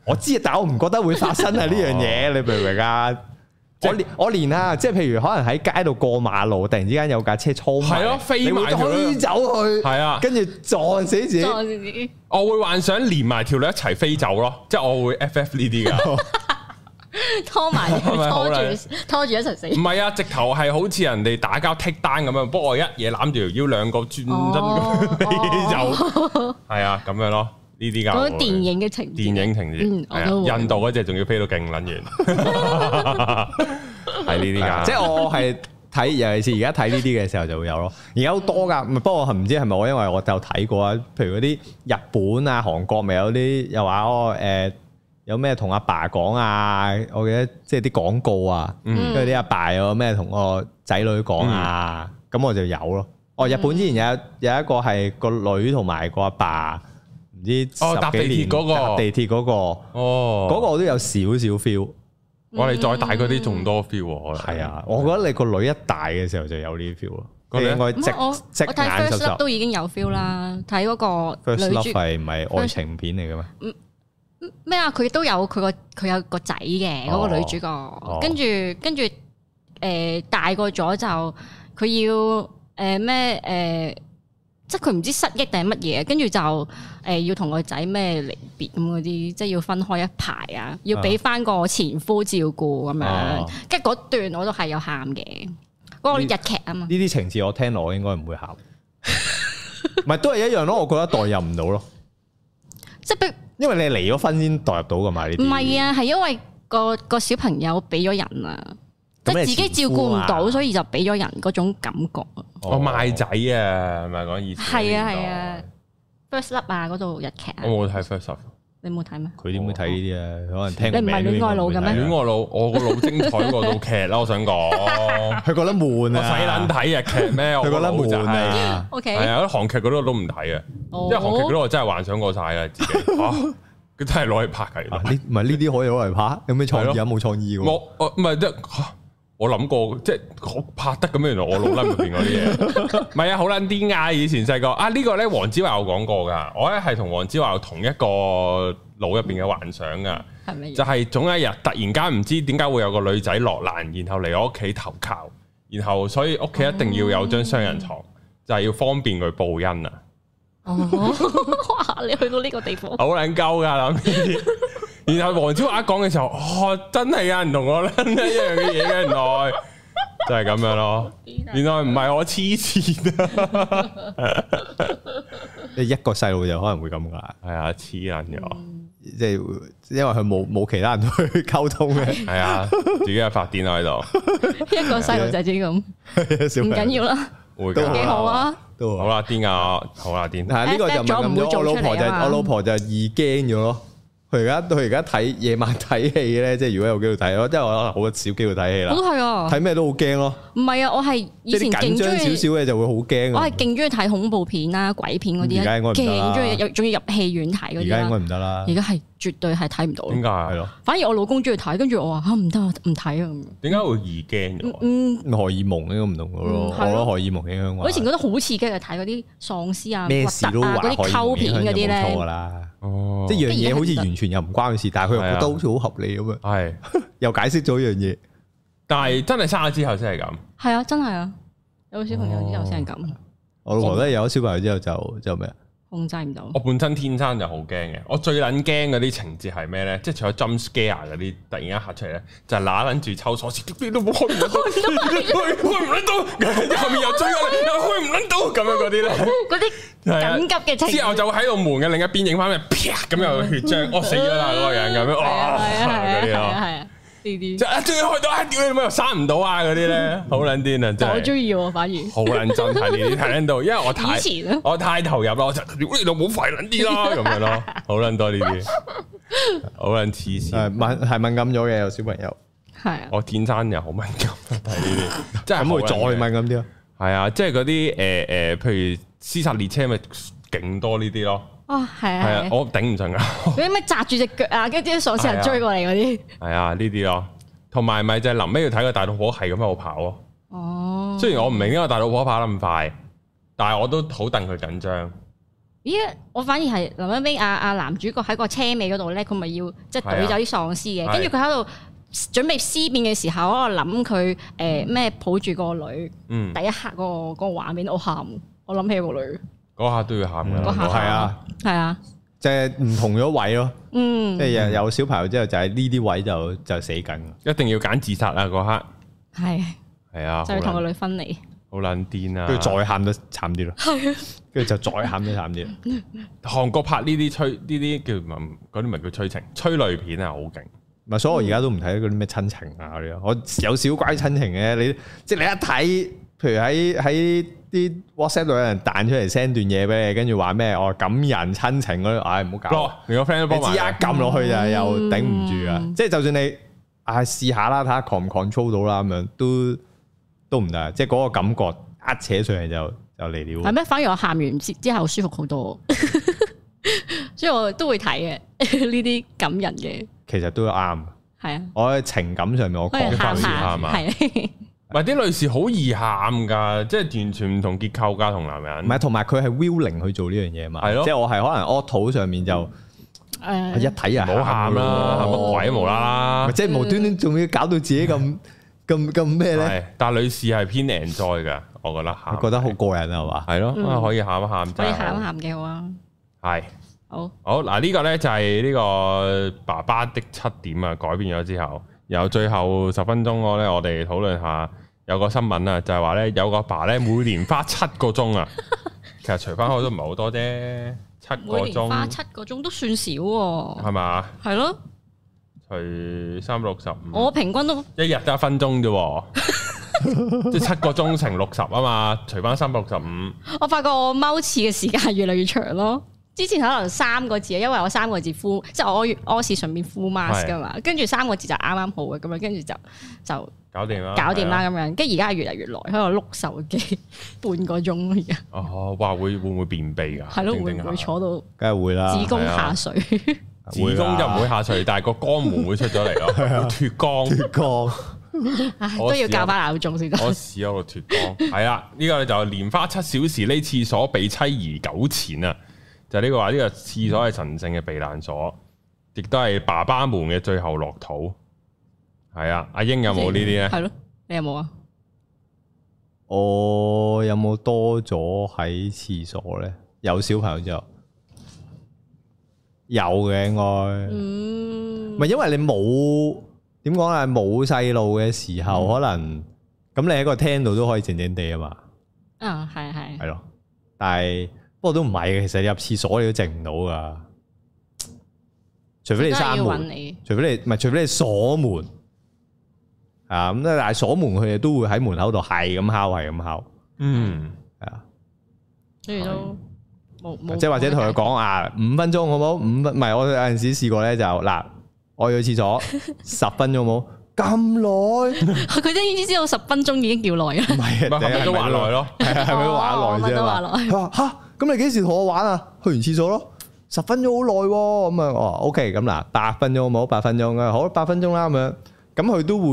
S3: 我知，但我唔覺得會發生啊呢樣嘢，你明唔明啊？
S1: 哦即係
S3: 我連我連啊，即係譬如可能喺街度過馬路，突然之間有架車衝埋，
S1: 係咯飛埋
S3: 你會
S1: 條女
S3: 推走佢，
S1: 係啊
S3: 跟住撞死自己，
S2: 我自己
S1: 哦我會幻想連埋條女一齊飛走咯，即係我會 FF 呢啲噶，
S2: 拖埋
S1: 係咪 好
S2: 拖
S1: 啦
S2: 住拖住一齊死。
S1: 唔係啊，直頭係好似人哋打交剔單咁樣，不過我一嘢攬住條腰，兩個專
S2: 哦
S1: 針就 係啊，咁樣咯，呢啲
S2: 嗰
S1: 噶
S2: 個電影嘅情節，
S1: 電影情節
S2: 嗯
S1: 係
S2: 我都
S1: 啊，
S2: 會
S1: 印度嗰只仲要飛到勁撚 遠，係呢啲噶，
S3: 啊即係我係 睇，尤其是而家睇呢啲嘅時候就會有咯。而家好多㗎，唔係不過我唔知係咪我因為我就睇過啊，譬如嗰啲日本啊、韓國咪有啲又話哦誒、有咩同阿爸講啊？我記得即係啲廣告啊，
S1: 嗯
S3: 跟住啲阿爸有咩同個仔女講啊，咁、我就有咯。哦，日本之前有有一個係個女同埋個阿爸，唔知
S1: 哦搭
S3: 十幾
S1: 地鐵
S3: 年
S1: 嗰個
S3: 搭地鐵嗰、個，
S1: 哦，嗯
S3: 嗰個我都有少少 feel。
S2: 嗯
S1: 我哋再大嗰啲仲多 feel 喎，可能
S3: 系啊，我覺得你個女一大嘅時候就有呢啲 feel 咯，
S1: 個
S3: 你
S1: 女
S3: 應該
S2: 嗯唔
S3: 即
S2: 係我
S3: 即
S2: 我睇
S3: 眼
S2: First
S3: 就
S2: Love
S3: 受。
S2: 都已經有 feel 啦，睇嗰個
S3: First
S2: 女
S3: love 啊
S2: 主
S3: 係唔係愛情片嚟嘅咩？
S2: 咩啊？佢都有佢個佢有個仔嘅嗰個女主角，跟住跟住誒大個咗就佢要誒咩誒，即係佢唔知失憶定係乜嘢，跟住就誒、呃要同個仔咩離別咁嗰啲，即係要分開一排啊，要俾翻個前夫照顧咁
S3: 哦
S2: 樣，跟住嗰段我都係有喊嘅，嗰、個日劇啊嘛，
S3: 呢啲情節我聽落我應該唔會喊，唔係都係一樣咯。我覺得代入唔到咯，
S2: 即係俾
S3: 因為你離咗婚先代入到噶嘛呢
S2: 唔
S3: 啲。
S2: 係啊，係因為個個小朋友俾咗人啊，即
S3: 咁
S2: 係
S3: 你
S2: 自己
S3: 前
S2: 照
S3: 夫
S2: 顧
S3: 啊哦
S2: 唔到，所以就俾咗人嗰種感覺啊。
S1: 我哦賣仔啊，咪講以前
S2: 係啊係啊，First Love 啊，嗰度日劇啊，
S3: 哦
S1: 我冇睇 first love。
S2: 你冇睇咩？
S3: 佢點
S1: 哦
S3: 會睇呢啲啊？可能聽
S2: 你唔係戀愛腦嘅咩
S1: 戀
S3: 戀愛
S1: 愛腦，我個腦精彩過套劇啦，我想講，我
S3: 佢覺得悶
S1: 使撚
S3: 啊，
S1: 睇日劇 咩？我
S3: 佢
S1: 個
S3: 覺得
S1: 腦就
S3: 悶
S1: 係
S3: 啊。
S2: O
S1: 係
S2: K，
S1: 啊，啲韓劇嗰啲我都唔睇啊，
S2: 哦
S1: 因為韓劇嗰啲我真係幻想過晒啦，自 己嚇佢真係攞嚟拍嘅。原
S3: 啊
S1: 來
S3: 呢唔係呢啲可以攞嚟拍，有咩創
S1: 係
S3: 意
S1: 咯
S3: 啊？冇創意喎。
S1: 我我唔係即係嚇我諗過，即係我拍得咁樣，原來我腦撚入邊嗰啲 嘢，唔係啊，好撚啲啊！以前細個啊，呢個咧黃子華有講過㗎，我咧係同黃子華有同一個腦入邊嘅幻想㗎。
S2: 係咪？
S1: 就係總有一日突然間唔知點解會有個女仔落難，然後嚟我屋企投靠，然後所以屋企一定要有張雙人床，就係要方便佢報恩啊！
S2: 哦， 哇！你去到呢個地方，
S1: 好撚鳩㗎諗呢 啲。然後黃超雅講嘅時候，哦，真係有人同我撚一樣嘅嘢嘅，原來就係咁樣咯。
S3: 啊
S1: 原來唔係我黐線啊，
S3: 你一個細路就可能會咁噶啦，
S1: 係啊，黐撚咗，
S3: 即係因為佢冇冇其他人去溝通 嘅
S1: 係 啊，自己嘅發電喺度，
S2: 一個細路仔先咁，唔
S3: 小朋友
S2: 緊要啦，
S1: 會
S3: 都
S1: 㗎
S3: 好
S2: 幾好啊！
S3: 都
S1: 好
S3: 好啦。
S1: 啦，癲啊，好啦，癲。
S3: 嗱呢個就
S2: Accept
S3: 問
S2: 咗唔會
S3: 咁咗，我
S2: 做
S3: 老
S2: 出嚟
S3: 婆就
S2: 啊嘛
S3: 我老婆就易驚咗咯。佢而家佢而家睇夜晚睇戲咧，即係如果有機會睇咯，即係我可能好少機會睇戲
S2: 我都
S3: 啦。
S2: 係啊，
S3: 睇咩都好驚咯，
S2: 唔係啊，我係以
S3: 即係
S2: 前
S3: 啲緊
S2: 勁
S3: 張少
S2: 中意。
S3: 少嘅就會好驚
S2: 我
S3: 啊
S2: 係。勁中意睇恐怖片啦、鬼片嗰啲
S3: 而
S2: 啊
S3: 家應該，唔得啦
S2: 勁中意入，仲要入戲院睇嗰
S3: 而
S2: 啲
S3: 家應該
S2: 啦。
S3: 唔得啦
S2: 而，家係絕對係睇唔到咯
S1: 點解啊係
S3: 係
S1: 咯？
S3: 咯，
S2: 反而我老公中意睇，跟住我話嚇唔得，我唔睇啊咁樣。
S1: 點解會易驚咗？
S2: 嗯，
S3: 荷爾蒙應該唔同嘅咯，
S2: 嗯
S3: 我
S2: 係咯
S3: 覺得荷爾蒙影響我
S2: 我以前覺得好刺激嘅，睇嗰啲喪屍啊、
S3: 咩事
S2: 核
S3: 都
S2: 突
S3: 話
S2: 啊、
S3: 荷
S2: 嗰啲
S3: 爾
S2: 溝
S3: 蒙影
S2: 片
S3: 響
S2: 嗰啲
S3: 就冇錯
S2: 咧，
S3: 啊啦。
S1: 哦，
S3: 嗯即係樣嘢好似
S2: 而家係
S3: 完全又唔關佢事，但係佢又
S1: 係
S3: 覺
S1: 啊
S3: 得好似好合理咁樣，
S1: 係。
S3: 又解釋咗一樣嘢。
S1: 但係真係生咗之後先係咁，
S2: 係啊，真係啊，有小朋友之後先係
S3: 哦
S2: 咁
S3: 我老婆咧有咗小朋友之後就就咩啊？
S2: 控制 唔到
S1: 我。本身天生就好驚嘅。我最撚驚嗰啲情節係咩咧？即係除咗 jump scare 嗰啲突然間嚇出嚟咧，就係揦撚住抽鎖匙，啲都冇開唔撚到，開開唔撚到，後面又追我，又開唔撚到咁樣嗰啲咧。
S2: 嗰啲
S1: 係啊
S2: 緊急嘅情
S1: 之後
S2: 況，
S1: 就喺度門嘅另一邊影翻咩，啪咁有血漿，哦死咗啦嗰個人咁樣，
S2: 係
S1: 哇
S2: 啊係啊
S1: 嗰
S2: 係
S1: 啲咯。
S2: 啊係啊呢
S1: 即
S2: 啲，
S1: 係啊終於開到啊！屌你老母又生唔到啊！嗰啲咧，好撚癲啊！真
S2: 但我
S1: 係。
S2: 中意喎，反而
S1: 好撚憎睇呢啲睇撚到，因為我太
S2: 以前啊
S1: 我太投入啦，我就屌你老母快撚啲 啦咁樣咯，好撚多呢啲，好撚黐
S3: 誒
S1: 線。
S3: 敏係敏感咗嘅有小朋友，
S2: 係啊，
S1: 我天生又好敏感睇呢啲，即係
S3: 咁
S1: 啊好
S3: 會
S1: 撚
S3: 再
S1: 嘅
S3: 敏感啲咯。
S1: 係啊，即係嗰啲誒誒，譬如屍殺列車咪勁多呢啲咯，
S2: 哇係
S1: 係啊
S2: 啊，係啊，
S1: 我頂唔順噶，
S2: 你咩擲住只腳啊，跟住啲喪屍
S1: 係啊
S2: 人追過嚟嗰啲，
S1: 係啊呢啲咯，同埋咪就係臨尾要睇個大肚婆係咁喺度跑咯。
S2: 哦，
S1: 雖然我唔明點解大肚婆跑得咁快，但係我都好戥佢緊張。
S2: 咦！我反而係臨一尾阿阿男主角喺個車尾嗰度咧，佢咪要即係
S1: 係啊
S2: 懟走啲喪屍
S1: 係
S2: 嘅，跟住佢喺度準備屍變嘅時候，我諗佢誒咩抱住個女，
S1: 嗯，
S2: 第一刻個個畫面我喊，我諗起個女，
S1: 嗰下都要喊
S3: 嗯
S1: 噶
S2: 嗰。下
S3: 係啊，
S2: 係啊，
S3: 就係唔同咗位咯，
S2: 嗯
S3: 即，係有有小朋友之後就係呢啲位就就死緊㗎。
S1: 一定要揀自殺啊！嗰刻
S2: 係
S1: 係啊，
S2: 就要同
S1: 好
S2: 個
S1: 撚
S2: 女分離，
S1: 好撚癲啊！
S3: 跟住再喊得慘啲咯，
S2: 啊
S3: 跟住就再喊得慘啲咯。
S1: 韓國拍呢啲催呢啲叫唔係嗰啲咪叫催情催淚片啊，好勁！
S3: 唔係，所以我而家都唔睇嗰啲咩親情啊嗰啲咯，我有少關於親情嘅，你即係你一睇，譬如喺喺啲 WhatsApp 度有人彈出嚟 send 段嘢俾你，跟住話咩哦感人親情嗰啲，唉唔好搞
S1: 咯
S3: 啦，，
S1: 連個 friend 都
S3: 哦
S1: 哦
S3: 你
S1: 幫
S3: 知
S1: 埋
S3: 一
S1: 啊。
S3: 撳落去就又頂唔住啊！
S2: 嗯
S3: 即係就算你唉試下啦，睇下 control 唔 control 到啦咁樣，都都唔得，啊即係嗰個感覺一扯上嚟就就嚟
S2: 係
S3: 了。
S2: 咩？反而我喊完之之後舒服好多， 所以我都會睇嘅 呢啲感人嘅，
S3: 其實都啱，
S2: 係啊，
S3: 我喺情感上面我
S2: 可以喊
S3: 講
S1: 反而
S2: 下，
S1: 喊啊
S2: 係
S1: 唔係啲女士好易喊噶，即係完全唔同結構噶，同男人
S3: 唔。係，同埋佢係 willing 去做呢樣嘢嘛，
S1: 係咯
S3: 即係我係可能 auto 上面就
S1: 哎
S2: 誒
S3: 一睇人
S1: 唔好喊啦，喊乜鬼啊無啦啦
S3: 咪？即係無端端仲要搞到自己咁咁咁咩咧？
S1: 係，但係女士係偏 enjoy 噶，我覺得喊
S3: 我覺得好過癮啊，係嘛？
S1: 係咯，啊可以喊一喊
S2: 可
S1: 真
S2: 以
S1: 係
S2: 喊一
S1: 好。
S2: 喊嘅話，
S1: 係
S2: 好
S1: 好嗱，呢個咧就係呢個爸爸的七點啊，改變咗之後，然後最後十分鐘我咧，我哋討論下有個新聞啊，就係話咧有個爸咧每年花七個鐘啊，其實除翻開都唔係好多啫，七個
S2: 每年花
S1: 鐘啊
S2: 七個鐘都算少喎，
S1: 係嘛？
S2: 係咯，
S1: 除三六十五。
S2: 我平均都
S1: 一日得一分鐘啫喎，即係七個鐘乘六十啊嘛，除翻三百六十五，
S2: 我發覺我踎廁嘅時間越嚟越長咯。之前可能三個字，因為我三個字 full，即係我屙屙屎順便 full mask 噶嘛，跟住三個字就啱啱好嘅咁樣，跟住就就
S1: 搞掂啦，
S2: 搞掂啦
S1: 係啊。
S2: 咁樣。跟住而家越嚟越耐喺度碌手機半個鐘咯，而家
S1: 哦，哇，會會唔會便秘㗎？
S2: 係咯，會
S1: 啊定
S2: 唔
S1: 定
S2: 會
S1: 下啊
S2: 坐到
S3: 梗係會啦
S2: 子，宮下垂？
S1: 子宮就唔會
S3: 會啦啊
S1: 下 垂，但係個肛門會出咗嚟咯，會脫肛。
S3: 個
S2: 唉，
S1: 我
S2: 都要教翻鬧鐘先得。
S1: 我試咗個脫肛，係啦，呢個就連花七小時匿廁所被妻兒糾纏啊！就呢個話，呢個廁所係神聖嘅避難所，亦都係爸爸們嘅最後落土。係啊，阿英有冇呢啲咧？
S2: 係咯，你有冇啊？
S3: 我有冇多咗喺廁所咧？有小朋友之後有嘅應該，
S2: 嗯，
S3: 咪因為你冇點講啊？冇細路嘅時候，可能咁你喺個廳度都可以靜靜地啊嘛。
S2: 啊，係係
S3: 系咯，但係不過都唔係嘅，其實你入廁所你都靜唔到噶，除非你
S2: 都係
S3: 閂
S2: 要揾
S3: 門，
S2: 你。
S3: 除非你唔係，除非你鎖門，啊咁，但係鎖門佢哋都會喺門口度係咁敲，係咁敲，
S1: 嗯，
S3: 係啊，
S2: 所以都冇冇，
S3: 即係或者同佢講啊，五分鐘好冇？五分唔係我有陣時試過咧就嗱，我 要去廁所十分鐘好冇？咁耐
S2: 佢都已經知道十分鐘已經叫耐啦。
S3: 唔
S1: 嗯
S3: 係
S1: 咪係咪都話耐咯？
S3: 係 啊，係咪都玩耐
S2: 哦
S3: 啫
S2: 都
S3: 嘛
S2: 話？耐
S3: 佢話吓，咁你幾時同我玩啊？去完廁所咯，十分鐘好耐喎。咁啊，我話 OK，咁嗱，八分鐘好冇？八分鐘啊，好，八分鐘啦咁樣。咁佢都會，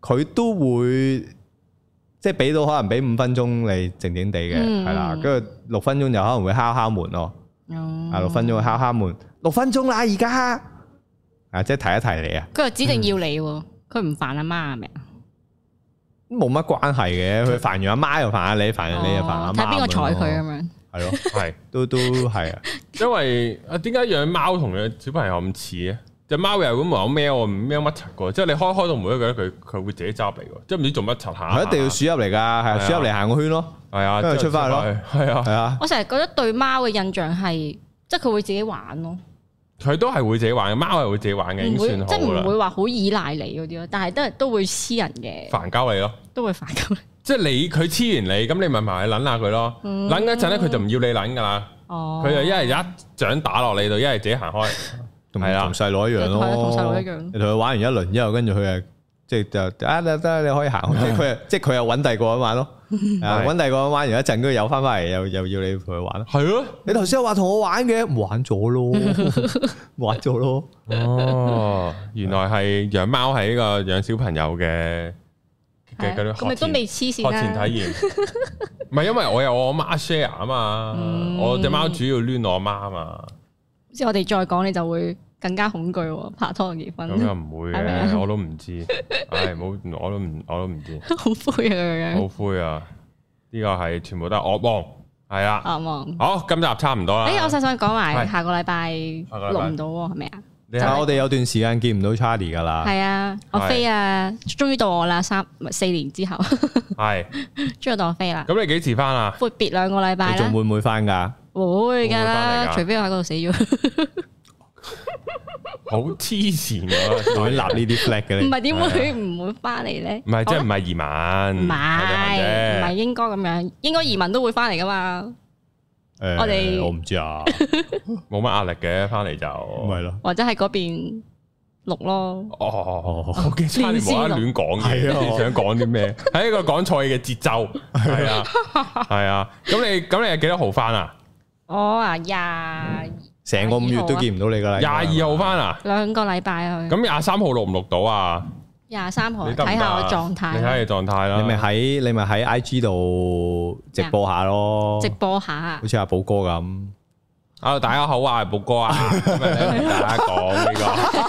S3: 佢都會，即係俾到可能俾五分鐘你靜靜地嘅，
S2: 嗯
S3: 係啦。跟住六分鐘就可能會敲敲門咯，
S2: 哦嗯
S3: 啊，六分鐘會敲敲門，六分鐘啦而家，啊，即係提一提你啊，
S2: 佢又指定要你
S3: 嗯
S2: 喎，佢唔煩阿媽係咪啊？
S3: 冇乜關係嘅。佢煩完阿媽又煩下你，煩完你又煩阿媽，
S2: 嗯哦睇邊個睬佢咁樣。
S3: 係咯，
S1: 係。
S3: 都都係啊。
S1: 因為啊，點解養貓同養小朋友咁似嘅？只貓又係咁話喵，我唔喵乜柒嘅，即係你開開到門都覺得佢佢會自己執嚟嘅，即係唔知做乜柒下。
S3: 係一定要鼠入嚟㗎，係啊，鼠入嚟行個圈咯，
S1: 係啊，
S3: 因為出返去咯
S1: 咯，係啊，
S3: 係啊，
S2: 我成日覺得對貓嘅印象係，即係佢會自己玩咯，
S1: 佢都係會自己玩嘅，貓係會自己玩嘅，已
S2: 唔
S1: 經
S2: 會
S1: 算
S2: 即係
S1: 好
S2: 唔會
S1: 啦。
S2: 話好依賴你嗰啲咯。但係都係都會黐人嘅，
S1: 煩交你咯，
S2: 都會煩咁。
S1: 即係你佢黐完你，咁你咪埋去撚啊下佢咯，
S2: 嗯
S1: 撚嗰陣咧佢就唔要你撚噶啦，
S2: 哦，
S1: 佢就一係一掌打落你度，一係自己行開，
S3: 同
S1: 係啦
S3: 同細佬一樣
S2: 係
S3: 咯，
S2: 啊同細佬一樣
S3: 你同佢玩完一輪之後，跟住佢啊，即係就啊得得，你可以行， 即係佢即係佢又揾第二個人玩咯，啊
S1: 係
S3: 揾第二個人玩完一陣，跟住又翻返嚟，又又要你陪佢玩咯。
S1: 係咯，
S3: 你頭先又話同我玩嘅，玩 咗咯，玩咗咯，
S1: 哦，原來係養貓係呢個養小朋友嘅嘅嗰
S2: 係
S1: 啲
S2: 啊咁咪
S1: 學
S2: 都
S1: 前
S2: 未黐線
S1: 學前體
S2: 啦。
S1: 驗，唔係因為我有我媽 share 啊嘛，
S2: 嗯
S1: 我只貓主要攣我媽啊嘛，
S2: 之後我哋再講，你就會更加恐懼喎，拍拖同結婚，
S1: 咁又唔會
S2: 係咪啊
S1: 嘅，我都唔知，唉，冇我 都唔我都唔知，
S2: 好灰啊佢樣。
S1: 好灰啊！呢個係全部都係惡夢，系啦，
S2: 啱啊！
S1: 好，今集差唔多啦。
S2: 诶，哎我就想講埋
S1: 係
S2: 下個禮拜
S1: 啊下個禮拜
S2: 錄唔到喎，係咪啊？
S1: 你
S3: 但
S1: 係
S3: 係我哋有段時間見唔到 Charlie 噶啦，
S2: 係啊，我
S1: 係
S2: 飛啊，終於到我啦，三唔係四年之 後，
S1: 系，
S2: 終於到我飛啦，
S1: 咁你幾時翻啊？
S2: 闊別兩個禮拜
S3: 你仲
S2: 啦，
S3: 會唔會 翻㗎？
S2: 會㗎
S1: 會唔會翻嚟
S2: 啦，
S1: 㗎
S2: 除非我喺嗰度 死咗，
S1: 好黐線嘅，
S3: 會立呢啲 flag 嘅
S2: 唔
S3: 你？
S2: 係點會唔會翻嚟咧？
S1: 啊唔係即係
S2: 好
S1: 唔
S2: 啦
S1: 係移民，
S2: 唔
S1: 唔
S2: 係唔係應該咁樣，應該移民都會翻嚟噶嘛，
S3: 誒
S2: 我哋
S3: 我唔知 啊，
S1: 冇乜壓力嘅，翻嚟就
S3: 唔係咯。
S2: 或者喺嗰邊錄咯。
S1: 哦，
S3: 哦
S1: 我惊差啲無啦啦亂講嘢，
S3: 係啊
S1: 你想講啲咩？係一個講錯嘢嘅節奏，係 啊，係啊。咁你咁你係幾多號翻啊？
S2: 我啊廿
S3: 成個五月都見唔到你㗎啦。
S1: 廿二號翻啊？
S2: 兩個禮拜去，
S1: 咁廿三號錄唔錄到啊？
S2: 廿三號
S1: 你得唔得啊
S2: 哦睇下我狀
S1: 你睇下
S2: 態，
S1: 你狀態啦。
S3: 你咪喺你咪喺 IG 度直播下咯，
S2: 直播下
S3: 好。似阿寶哥咁。
S1: 啊，大家好啊，係寶哥 啊，咁咪你同大家講呢個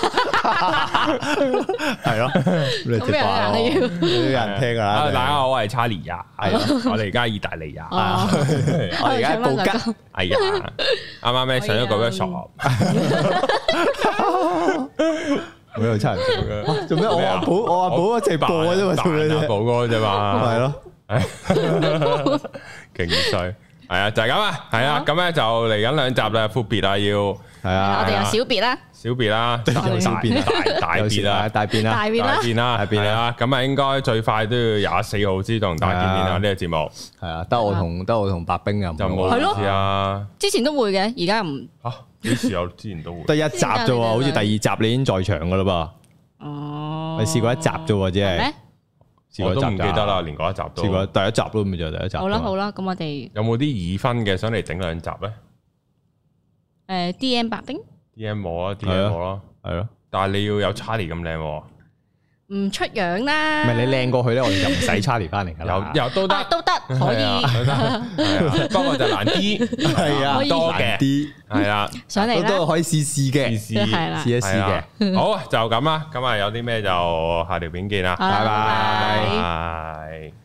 S3: 系咯， 你直播下咯
S2: 咁有人
S3: 都有人聽㗎
S1: 啊，
S3: 啦。
S1: 大家 好，我係查理啊，係啊，我哋而家喺意大利啊，
S2: 哦，
S3: 我而家報吉，
S1: 哎呀，啱啱咧上咗個 workshop，
S3: 我又差人做嘅。做咩？
S1: 啊
S3: 我話寶，我話寶一直播嘅啫嘛，做咩
S1: 扮啊
S3: 啫？
S1: 寶哥啫嘛，
S3: 係咯，
S1: 劲衰，系啊，就系咁啊，系啊，咁咧就嚟紧兩集啦，阔別啊，要
S3: 係
S2: 我
S3: 啊，
S2: 哋有小別啦，
S1: 小別啦，
S3: 有小別啊
S1: 大大
S3: 有
S1: 別
S3: 時
S1: 啦，
S3: 大變啊啦
S2: 大，便啦
S1: 大，變啦，
S3: 大變啦
S1: 係啊，咁啊應該最快都要廿四號先同大家見面啦，
S3: 係啊
S1: 呢個節目
S3: 係啊，得我同得我同白冰啊，
S1: 就
S2: 係
S1: 冇
S2: 咯
S1: 事啊，
S2: 之前都會嘅，而家唔，
S1: 吓啊幾時有之前都 會，
S3: 得一集啫喎，好似第二集你已經在場㗎啦
S2: 哦，
S3: 你試過一集啫喎只係
S2: 係咩？
S3: 噃，
S1: 我都
S3: 試過
S1: 唔
S3: 一
S1: 記
S3: 集㗎
S1: 得啦，，連嗰一集都
S3: 試過第一集咯，咪就係第一集㗎嘛。
S2: 好啦好啦，咁我哋
S1: 有冇啲已婚嘅想嚟整兩集咧
S2: 诶 D M 白冰
S1: ？D M 我啊，D
S3: 係
S1: M
S3: 啊
S1: 我咯，
S3: 係咯，
S1: 但係你要有 Charlie 咁靚喎，
S2: 唔出樣啦，
S3: 唔係你靚過去咧，我哋就唔使 Charlie 翻嚟㗎啦。
S1: 有有都
S2: 啊
S1: 得。
S2: 都得可
S1: 係啊
S2: 以
S1: 都得 係啊不過就難啲，
S3: 係啊
S2: 可以
S1: 多
S3: 難
S1: 嘅，
S3: 啲，
S1: 係啦，
S2: 上嚟
S3: 都都
S2: 啦，
S3: 可以試
S1: 試
S3: 試嘅，
S1: 試
S2: 係 啦，
S3: 試一試
S1: 係
S3: 嘅
S1: 啊。好啊，就咁啦，咁啊有啲咩就下條片見啦，
S2: 好啦
S3: 拜拜
S1: 拜。